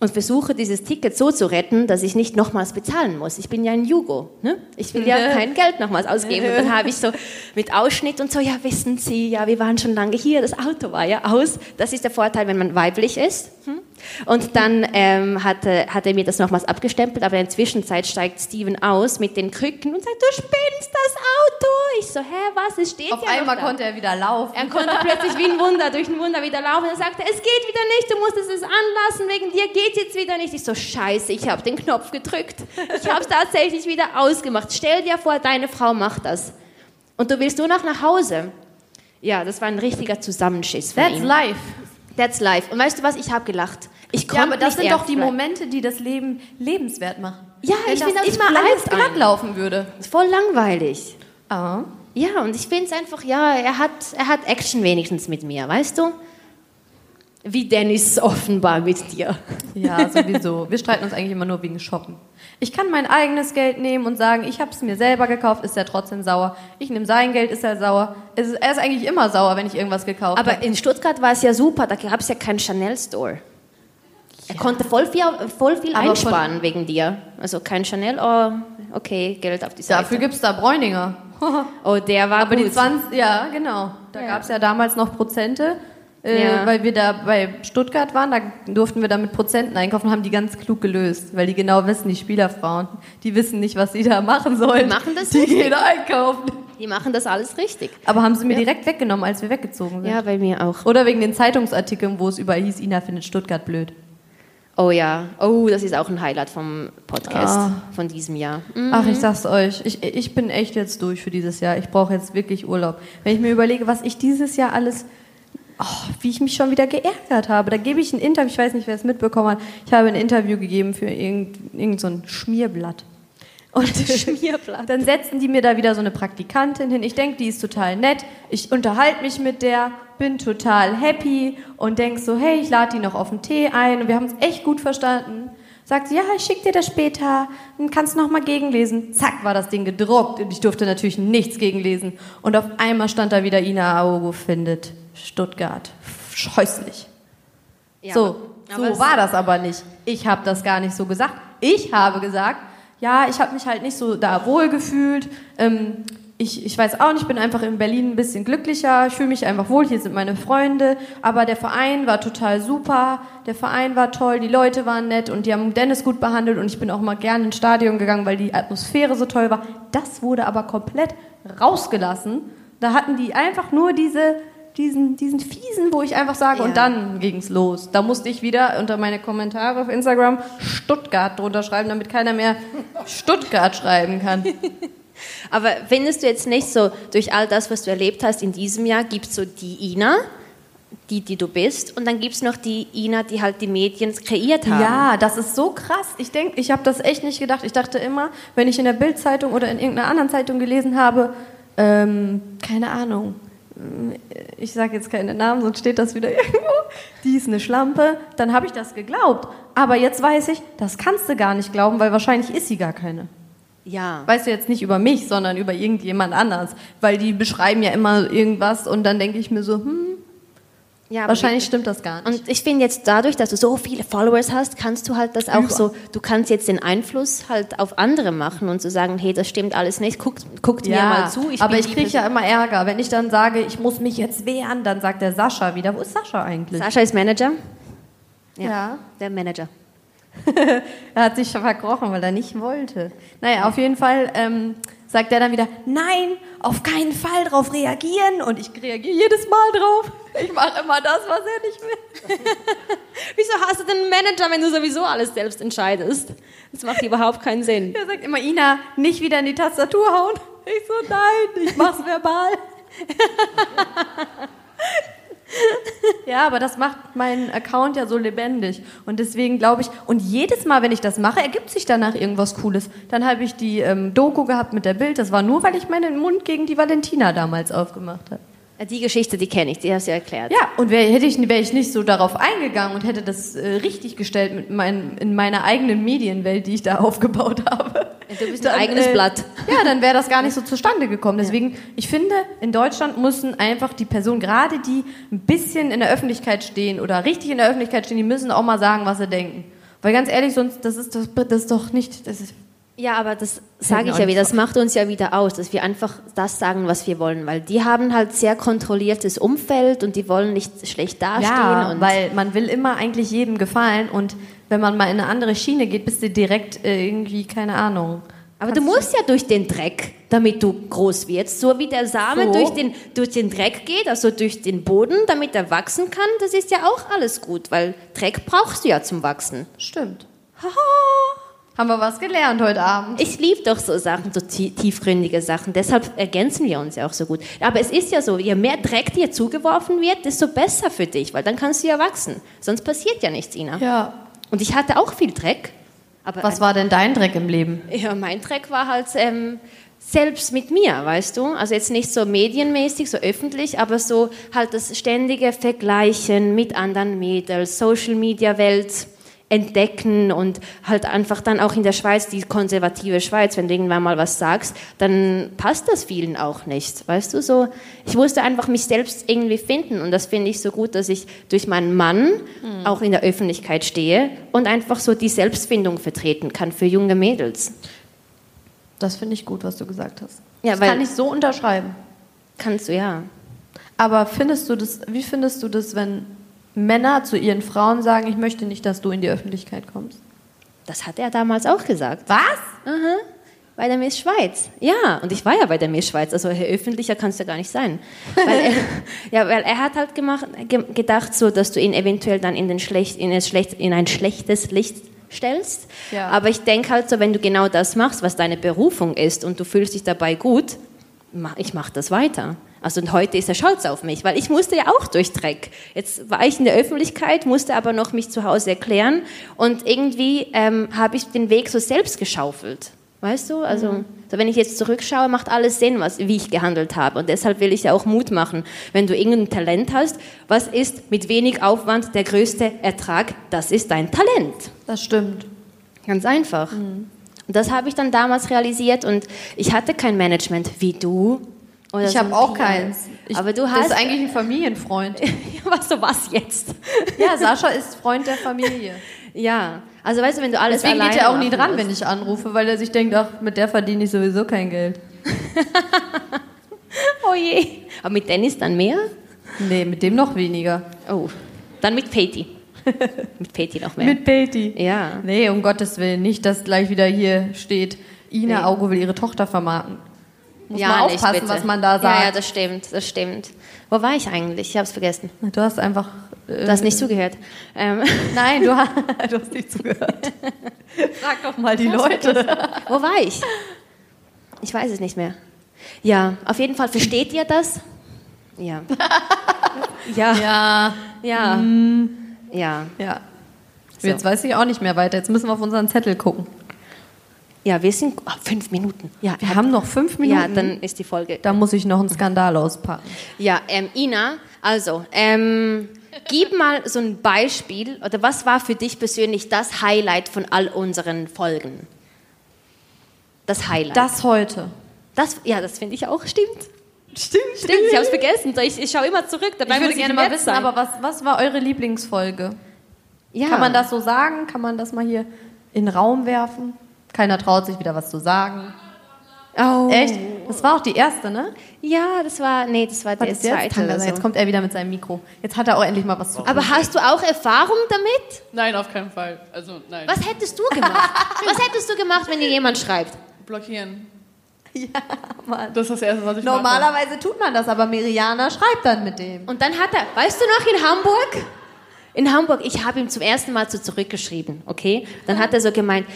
Speaker 4: und versuche dieses Ticket so zu retten, dass ich nicht nochmals bezahlen muss. Ich bin ja ein Jugo. Ne?
Speaker 3: [laughs]
Speaker 4: Ich will ja kein Geld nochmals ausgeben. Und dann habe ich so mit Ausschnitt und so, ja, wissen Sie, ja, wir waren schon lange hier, das Auto war ja aus. Das ist der Vorteil, wenn man weiblich ist. Hm? Und dann ähm, hat, er- hat er mir das nochmals abgestempelt, aber in der Zwischenzeit steigt Steven aus mit den Krücken und sagt, du spinnst das Auto. Ich so, hä, was, es steht
Speaker 3: Auf
Speaker 4: ja noch
Speaker 3: einmal
Speaker 4: da.
Speaker 3: konnte er wieder laufen.
Speaker 4: Er konnte plötzlich wie ein Wunder, durch ein Wunder wieder laufen. Er sagte, es geht wieder nicht, du musstest es anlassen, wegen dir geht jetzt wieder nicht. Ich so, scheiße, ich habe den Knopf gedrückt. Ich habe es tatsächlich wieder ausgemacht. Stell dir vor, deine Frau macht das. Und du willst nur noch nach Hause. Ja, das war ein richtiger Zusammenschiss von
Speaker 3: That's
Speaker 4: ihm.
Speaker 3: life.
Speaker 4: That's life. Und weißt du was, ich habe gelacht. Ich
Speaker 3: Ja,
Speaker 4: konnte
Speaker 3: aber das
Speaker 4: nicht
Speaker 3: sind doch
Speaker 4: ernst
Speaker 3: die
Speaker 4: bleiben.
Speaker 3: Momente, die das Leben lebenswert machen.
Speaker 4: Ja,
Speaker 3: Wenn
Speaker 4: ich
Speaker 3: das
Speaker 4: bin das
Speaker 3: immer
Speaker 4: bleibt
Speaker 3: alles glatt
Speaker 4: ein.
Speaker 3: laufen würde.
Speaker 4: Voll langweilig.
Speaker 3: Ah.
Speaker 4: Ja, und ich finde es einfach, ja, er hat, er hat Action wenigstens mit mir, weißt du? Wie Dennis offenbar mit dir.
Speaker 3: Ja, sowieso. Wir streiten uns eigentlich immer nur wegen Shoppen. Ich kann mein eigenes Geld nehmen und sagen, ich habe es mir selber gekauft, ist er trotzdem sauer. Ich nehme sein Geld, ist er sauer. Es ist, er ist eigentlich immer sauer, wenn ich irgendwas gekauft habe.
Speaker 4: Aber in Stuttgart war es ja super, da gab es ja keinen Chanel-Store. Er konnte voll viel, voll viel
Speaker 3: Aber von-
Speaker 4: einsparen wegen dir. Also kein Chanel, oh, okay, Geld auf die Seite.
Speaker 3: Dafür gibt's da Bräuninger.
Speaker 4: [laughs] oh, der war
Speaker 3: Aber
Speaker 4: gut.
Speaker 3: die 20, ja, genau. Da gab's ja damals noch Prozente. Äh,
Speaker 4: Ja.
Speaker 3: Weil wir da bei Stuttgart waren, da durften wir da mit Prozenten einkaufen und haben die ganz klug gelöst, weil die genau wissen, die Spielerfrauen, die wissen nicht, was sie da machen sollen.
Speaker 4: Die machen das
Speaker 3: Die
Speaker 4: richtig.
Speaker 3: gehen einkaufen.
Speaker 4: Die machen das alles richtig.
Speaker 3: Aber haben sie mir direkt weggenommen, als wir weggezogen sind.
Speaker 4: Ja, bei mir auch.
Speaker 3: Oder wegen den Zeitungsartikeln, wo es überall hieß, Ina findet Stuttgart blöd.
Speaker 4: Oh ja, oh, das ist auch ein Highlight vom Podcast
Speaker 3: Ah.
Speaker 4: von diesem Jahr. Mm,
Speaker 3: Ach, ich sag's euch, ich, ich bin echt jetzt durch für dieses Jahr. Ich brauche jetzt wirklich Urlaub. Wenn ich mir überlege, was ich dieses Jahr alles, oh, wie ich mich schon wieder geärgert habe. Da gebe ich ein Interview, ich weiß nicht, wer es mitbekommen hat. Ich habe ein Interview gegeben für irgendein irgend so ein Schmierblatt. Und Schmierblatt. Dann setzen die mir da wieder so eine Praktikantin hin. Ich denke, die ist total nett. Ich unterhalte mich mit der, bin total happy und denk so, hey, ich lade die noch auf den Tee ein. Und wir haben uns echt gut verstanden. Sagt sie, ja, ich schick dir das später. Dann kannst du nochmal gegenlesen. Zack, war das Ding gedruckt. Und ich durfte natürlich nichts gegenlesen. Und auf einmal stand da wieder Ina Aogo findet Stuttgart. Scheußlich.
Speaker 4: Ja,
Speaker 3: so,
Speaker 4: aber- aber
Speaker 3: so
Speaker 4: es-
Speaker 3: war das aber nicht. Ich habe das gar nicht so gesagt. Ich habe gesagt, ja, ich habe mich halt nicht so da wohl gefühlt. Ähm, ich, ich weiß auch nicht, ich bin einfach in Berlin ein bisschen glücklicher. Ich fühle mich einfach wohl. Hier sind meine Freunde. Aber der Verein war total super. Der Verein war toll. Die Leute waren nett und die haben Dennis gut behandelt. Und ich bin auch mal gerne ins Stadion gegangen, weil die Atmosphäre so toll war. Das wurde aber komplett rausgelassen. Da hatten die einfach nur diese, diesen, diesen fiesen, wo ich einfach sage, und dann ging's los. Da musste ich wieder unter meine Kommentare auf Instagram Stuttgart drunter schreiben, damit keiner mehr Stuttgart schreiben kann.
Speaker 4: Aber findest du jetzt nicht so, durch all das, was du erlebt hast in diesem Jahr, gibt es so die Ina, die, die du bist, und dann gibt es noch die Ina, die halt die Medien kreiert haben.
Speaker 3: Ja, das ist so krass. Ich denke, ich habe das echt nicht gedacht. Ich dachte immer, wenn ich in der Bildzeitung oder in irgendeiner anderen Zeitung gelesen habe, ähm, keine Ahnung, ähm, ich sage jetzt keine Namen, sonst steht das wieder [laughs] irgendwo, die ist eine Schlampe, dann habe ich das geglaubt. Aber jetzt weiß ich, das kannst du gar nicht glauben, weil wahrscheinlich ist sie gar keine.
Speaker 4: Ja.
Speaker 3: Weißt du jetzt nicht über mich, sondern über irgendjemand anders, weil die beschreiben ja immer irgendwas und dann denke ich mir so, hm,
Speaker 4: ja aber
Speaker 3: wahrscheinlich stimmt das gar nicht.
Speaker 4: Und ich finde jetzt dadurch, dass du so viele Followers hast, kannst du halt das auch so, du kannst jetzt den Einfluss halt auf andere machen und so sagen, hey, das stimmt alles nicht, guckt, guckt mir mal zu.
Speaker 3: aber
Speaker 4: bin
Speaker 3: ich
Speaker 4: die
Speaker 3: kriege
Speaker 4: Person-
Speaker 3: ja immer Ärger. Wenn ich dann sage, ich muss mich jetzt wehren, dann sagt der Sascha wieder, wo ist Sascha eigentlich?
Speaker 4: Sascha ist Manager,
Speaker 3: Ja.
Speaker 4: der Manager.
Speaker 3: Er hat sich verkrochen, weil er nicht wollte. Naja, auf jeden Fall ähm, sagt er dann wieder, nein, auf keinen Fall drauf reagieren. Und ich reagiere jedes Mal drauf. Ich mache immer das, was er nicht will.
Speaker 2: Wieso hast du den Manager, wenn du sowieso alles selbst entscheidest? Das macht überhaupt keinen Sinn.
Speaker 3: Er sagt immer, Ina, nicht wieder in die Tastatur hauen. Ich so, nein, ich mach's verbal. [laughs] ja, aber das macht meinen Account ja so lebendig. Und deswegen glaube ich, und jedes Mal, wenn ich das mache, ergibt sich danach irgendwas Cooles. Dann habe ich die ähm, Doku gehabt mit der Bild. Das war nur, weil ich meinen Mund gegen die Valentina damals aufgemacht habe.
Speaker 4: Die Geschichte, die kenne ich, die hast du ja erklärt.
Speaker 3: Ja, und wär, hätte ich, wäre ich nicht so darauf eingegangen und hätte das äh, richtig gestellt mit mein, in meiner eigenen Medienwelt, die ich da [laughs] aufgebaut habe. äh,
Speaker 4: Du bist ein eigenes Blatt.
Speaker 3: Ja, dann wäre das gar
Speaker 4: [laughs]
Speaker 3: nicht so zustande gekommen. Deswegen, ich finde, in Deutschland müssen einfach die Personen, gerade die ein bisschen in der Öffentlichkeit stehen oder richtig in der Öffentlichkeit stehen, die müssen auch mal sagen, was sie denken. Weil ganz ehrlich, sonst, das ist, das, das ist doch nicht, das ist,
Speaker 4: Ja, aber das sage ich ja wieder, das macht uns ja wieder aus, dass wir einfach das sagen, was wir wollen, weil die haben halt sehr kontrolliertes Umfeld und die wollen nicht schlecht dastehen.
Speaker 3: Ja,
Speaker 4: und
Speaker 3: weil man will immer eigentlich jedem gefallen und wenn man mal in eine andere Schiene geht, bist du direkt äh, irgendwie, keine Ahnung.
Speaker 4: aber du musst ja durch den Dreck, damit du groß wirst, so wie der Samen
Speaker 3: So.
Speaker 4: durch, den, durch den Dreck geht, also durch den Boden, damit er wachsen kann, das ist ja auch alles gut, weil Dreck brauchst du ja zum Wachsen.
Speaker 3: Stimmt. Haha. Haben wir was gelernt heute Abend.
Speaker 4: Ich liebe doch so Sachen, so tie- tiefgründige Sachen. Deshalb ergänzen wir uns ja auch so gut. Aber es ist ja so, je mehr Dreck dir zugeworfen wird, desto besser für dich, weil dann kannst du ja wachsen. Sonst passiert ja nichts, Ina.
Speaker 3: Ja.
Speaker 4: Und ich hatte auch viel Dreck. Aber
Speaker 3: Was war denn dein Dreck im Leben?
Speaker 4: ja, mein Dreck war halt ähm, selbst mit mir, weißt du? Also jetzt nicht so medienmäßig, so öffentlich, aber so halt das ständige Vergleichen mit anderen Mädels, Social Media Welt entdecken und halt einfach dann auch in der Schweiz, die konservative Schweiz, wenn du irgendwann mal was sagst, dann passt das vielen auch nicht, weißt du, so ich musste einfach mich selbst irgendwie finden und das finde ich so gut, dass ich durch meinen Mann auch in der Öffentlichkeit stehe und einfach so die Selbstfindung vertreten kann für junge Mädels.
Speaker 3: Das finde ich gut, was du gesagt hast.
Speaker 4: Ja,
Speaker 3: das
Speaker 4: weil-
Speaker 3: kann ich so unterschreiben.
Speaker 4: Kannst du ja.
Speaker 3: Aber findest du das, wie findest du das, wenn Männer zu ihren Frauen sagen, ich möchte nicht, dass du in die Öffentlichkeit kommst?
Speaker 4: Das hat er damals auch gesagt.
Speaker 3: Was?
Speaker 4: Aha. Bei der Miss Schweiz. Ja, und ich war ja bei der Miss Schweiz. Also Herr öffentlicher kannst du ja gar nicht sein.
Speaker 3: [laughs]
Speaker 4: Weil er, ja, weil er hat halt gemacht, ge gedacht, so, dass du ihn eventuell dann in, den schlecht, in, das schlecht, in ein schlechtes Licht stellst.
Speaker 3: Ja.
Speaker 4: Aber ich denke halt so, wenn du genau das machst, was deine Berufung ist und du fühlst dich dabei gut, ma- ich mache das weiter. Also und heute ist er stolz auf mich, weil ich musste ja auch durch Dreck. Jetzt war ich in der Öffentlichkeit, musste aber noch mich zu Hause erklären und irgendwie ähm, habe ich den Weg so selbst geschaufelt. Weißt du, also so wenn ich jetzt zurückschaue, macht alles Sinn, was, wie ich gehandelt habe. Und deshalb will ich ja auch Mut machen. Wenn du irgendein Talent hast, was ist mit wenig Aufwand der größte Ertrag? Das ist dein Talent.
Speaker 3: Das stimmt.
Speaker 4: Ganz einfach.
Speaker 3: Mhm.
Speaker 4: Und das habe ich dann damals realisiert und ich hatte kein Management wie du. Oder
Speaker 3: Ich
Speaker 4: so
Speaker 3: habe
Speaker 4: ein
Speaker 3: auch
Speaker 4: Peer.
Speaker 3: keins. Ich,
Speaker 4: Aber du
Speaker 3: Das
Speaker 4: hast
Speaker 3: ist
Speaker 4: [laughs]
Speaker 3: eigentlich ein [laughs] Familienfreund.
Speaker 4: was so was
Speaker 3: [laughs]
Speaker 4: jetzt.
Speaker 3: Ja, Sascha ist Freund der Familie.
Speaker 4: Ja, also weißt du, wenn du alles
Speaker 3: Deswegen
Speaker 4: alleine
Speaker 3: geht er auch nie
Speaker 4: machen
Speaker 3: dran,
Speaker 4: musst.
Speaker 3: wenn ich anrufe, weil er sich denkt, ach, mit der verdiene ich sowieso kein Geld.
Speaker 4: [laughs] Oh je. Aber mit Dennis dann mehr?
Speaker 3: Nee, mit dem noch weniger.
Speaker 4: Oh, dann
Speaker 3: [laughs]
Speaker 4: mit Patty. mit Patty noch mehr.
Speaker 3: Mit Patty.
Speaker 4: Ja.
Speaker 3: Nee, um Gottes Willen, nicht, dass gleich wieder hier steht, Ina Auge will ihre Tochter vermarkten. Muss man
Speaker 4: nicht,
Speaker 3: aufpassen,
Speaker 4: bitte.
Speaker 3: was man da sagt.
Speaker 4: Ja, ja, das stimmt, das stimmt. Wo war ich eigentlich? Ich habe es vergessen.
Speaker 3: du hast einfach... äh,
Speaker 4: Du hast nicht zugehört. Ähm,
Speaker 3: Nein, du hast, [laughs] du hast nicht [laughs] zugehört. Frag doch mal die Leute.
Speaker 4: Wo war ich? Ich weiß es nicht mehr. Ja, auf jeden Fall versteht ihr das? Ja. ja.
Speaker 3: Ja, Hm.
Speaker 4: Ja. Ja.
Speaker 3: ja.
Speaker 4: So.
Speaker 3: Jetzt weiß ich auch nicht mehr weiter. Jetzt müssen wir auf unseren Zettel gucken.
Speaker 4: Ja, wir sind oh, fünf Minuten. Ja,
Speaker 3: Wir haben noch fünf Minuten.
Speaker 4: ja, dann ist die Folge.
Speaker 3: da muss ich noch einen Skandal auspacken.
Speaker 4: Ja, ähm, Ina, also, ähm, gib mal so ein Beispiel, oder was war für dich persönlich das Highlight von all unseren Folgen? Das Highlight.
Speaker 3: Das heute.
Speaker 4: das ja, das finde ich auch, stimmt.
Speaker 3: Stimmt.
Speaker 4: Stimmt, ich habe es vergessen. So, Ich, ich schaue immer zurück, dabei
Speaker 3: Ich würde
Speaker 4: muss
Speaker 3: gerne
Speaker 4: ich
Speaker 3: mal
Speaker 4: nett
Speaker 3: wissen,
Speaker 4: sein.
Speaker 3: aber was, was war eure Lieblingsfolge?
Speaker 4: ja.
Speaker 3: Kann man das so sagen? Kann man das mal hier in den Raum werfen? Keiner traut sich wieder was zu sagen.
Speaker 4: Oh.
Speaker 3: Echt? Das war auch die erste, ne?
Speaker 4: Ja, das war, nee, das war
Speaker 3: War
Speaker 4: der
Speaker 3: das jetzt?
Speaker 4: zweite.
Speaker 3: Kann das
Speaker 4: oder
Speaker 3: sein.
Speaker 4: so.
Speaker 3: Jetzt kommt er wieder mit seinem Mikro. Jetzt hat er auch endlich mal was zu tun.
Speaker 4: Aber hast du auch Erfahrung damit?
Speaker 7: Nein, auf keinen Fall. Also nein.
Speaker 4: Was hättest du
Speaker 3: [laughs]
Speaker 4: gemacht? Was hättest du gemacht, wenn dir jemand schreibt?
Speaker 7: Blockieren.
Speaker 3: Mann.
Speaker 7: Das ist das Erste, was ich mache.
Speaker 3: Normalerweise tut man das, aber Miriana schreibt dann mit dem.
Speaker 4: Und dann hat er, weißt du noch, in Hamburg? In Hamburg, ich habe ihm zum ersten Mal so zurückgeschrieben, okay? Dann hat er so gemeint,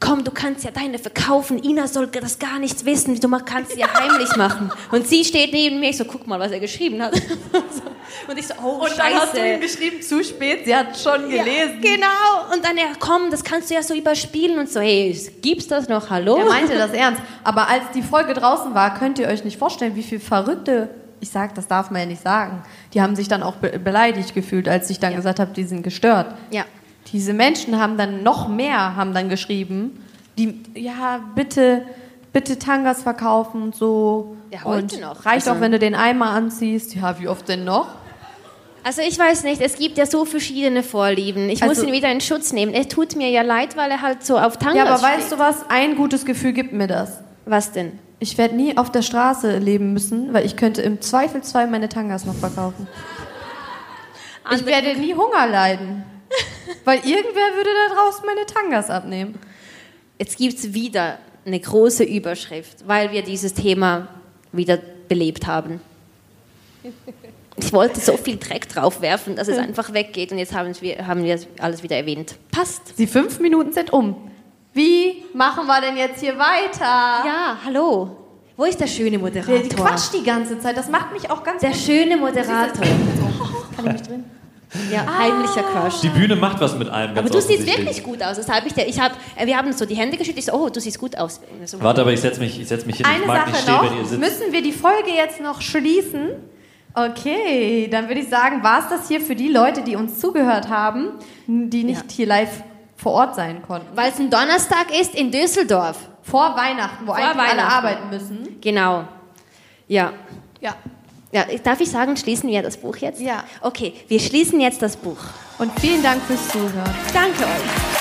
Speaker 4: komm, du kannst ja deine verkaufen, Ina soll das gar nichts wissen, du ma- kannst sie ja heimlich machen. Und sie steht neben mir, ich so, guck mal, was er geschrieben hat. [laughs] Und ich so, oh,
Speaker 3: Und
Speaker 4: scheiße.
Speaker 3: dann hast du ihm geschrieben, zu spät, sie hat schon gelesen.
Speaker 4: Ja, genau. Und dann, ja, komm, das kannst du ja so überspielen und so, hey, gibt's das noch, hallo?
Speaker 3: Er meinte das ernst. Aber als die Folge draußen war, könnt ihr euch nicht vorstellen, wie viel Verrückte, ich sag, das darf man ja nicht sagen, die haben sich dann auch be beleidigt gefühlt, als ich dann gesagt habe, die sind gestört.
Speaker 4: [laughs] Ja.
Speaker 3: Diese Menschen haben dann noch mehr, haben dann geschrieben, die, ja, bitte, bitte Tangas verkaufen und so.
Speaker 4: Ja, heute
Speaker 3: und
Speaker 4: noch.
Speaker 3: Reicht
Speaker 4: Also-
Speaker 3: auch, wenn du den einmal anziehst. Ja, wie oft denn noch?
Speaker 4: Also ich weiß nicht, es gibt ja so verschiedene Vorlieben. Ich muss
Speaker 3: Also-
Speaker 4: ihn wieder in Schutz nehmen. Er tut mir ja leid, weil er halt so auf Tangas
Speaker 3: Ja, aber
Speaker 4: steht.
Speaker 3: weißt du was? Ein gutes Gefühl gibt mir das.
Speaker 4: Was denn?
Speaker 3: Ich werde nie auf der Straße leben müssen, weil ich könnte im Zweifelsfall meine Tangas noch verkaufen. Ich werde nie Hunger leiden. Weil irgendwer würde da draußen meine Tangas abnehmen.
Speaker 4: Jetzt gibt es wieder eine große Überschrift, weil wir dieses Thema wieder belebt [laughs] haben. Ich wollte so viel Dreck drauf werfen, dass [laughs] es einfach weggeht und jetzt haben wir, haben wir es alles wieder erwähnt. Passt.
Speaker 3: Die fünf Minuten sind um. Wie machen wir denn jetzt hier weiter?
Speaker 4: Ja, hallo. Wo ist der schöne
Speaker 3: Der die
Speaker 4: Moderator?
Speaker 3: quatscht die ganze Zeit. Das macht mich auch ganz.
Speaker 4: Der schöne Moderator. [laughs] Kann ich mich drin? Ja, heimlicher Crush.
Speaker 1: Die Bühne macht was mit einem.
Speaker 4: Ah. Aber
Speaker 1: ganz
Speaker 4: du siehst
Speaker 1: offensichtlich.
Speaker 4: wirklich gut aus. Das hab ich dir, ich hab, äh, wir haben uns so die Hände geschüttelt. Ich so, oh, du siehst gut aus. Und so,
Speaker 1: Warte, aber ich setz mich, ich setz mich hin.
Speaker 3: Eine
Speaker 1: ich mag
Speaker 3: Sache
Speaker 1: nicht stehen,
Speaker 3: noch.
Speaker 1: wenn ihr sitzt.
Speaker 3: Müssen wir die Folge jetzt noch schließen? Okay, dann würde ich sagen, war es das hier für die Leute, die uns zugehört haben, die nicht hier live vor Ort sein konnten.
Speaker 4: Weil es ein Donnerstag ist in Düsseldorf.
Speaker 3: Vor Weihnachten, wo eigentlich alle
Speaker 4: Weihnachten.
Speaker 3: arbeiten müssen.
Speaker 4: Genau. Ja.
Speaker 3: Ja.
Speaker 4: Ja, darf ich sagen, schließen wir das Buch jetzt?
Speaker 3: Ja.
Speaker 4: Okay, wir schließen jetzt das Buch.
Speaker 3: Und vielen Dank fürs Zuhören.
Speaker 4: Danke euch.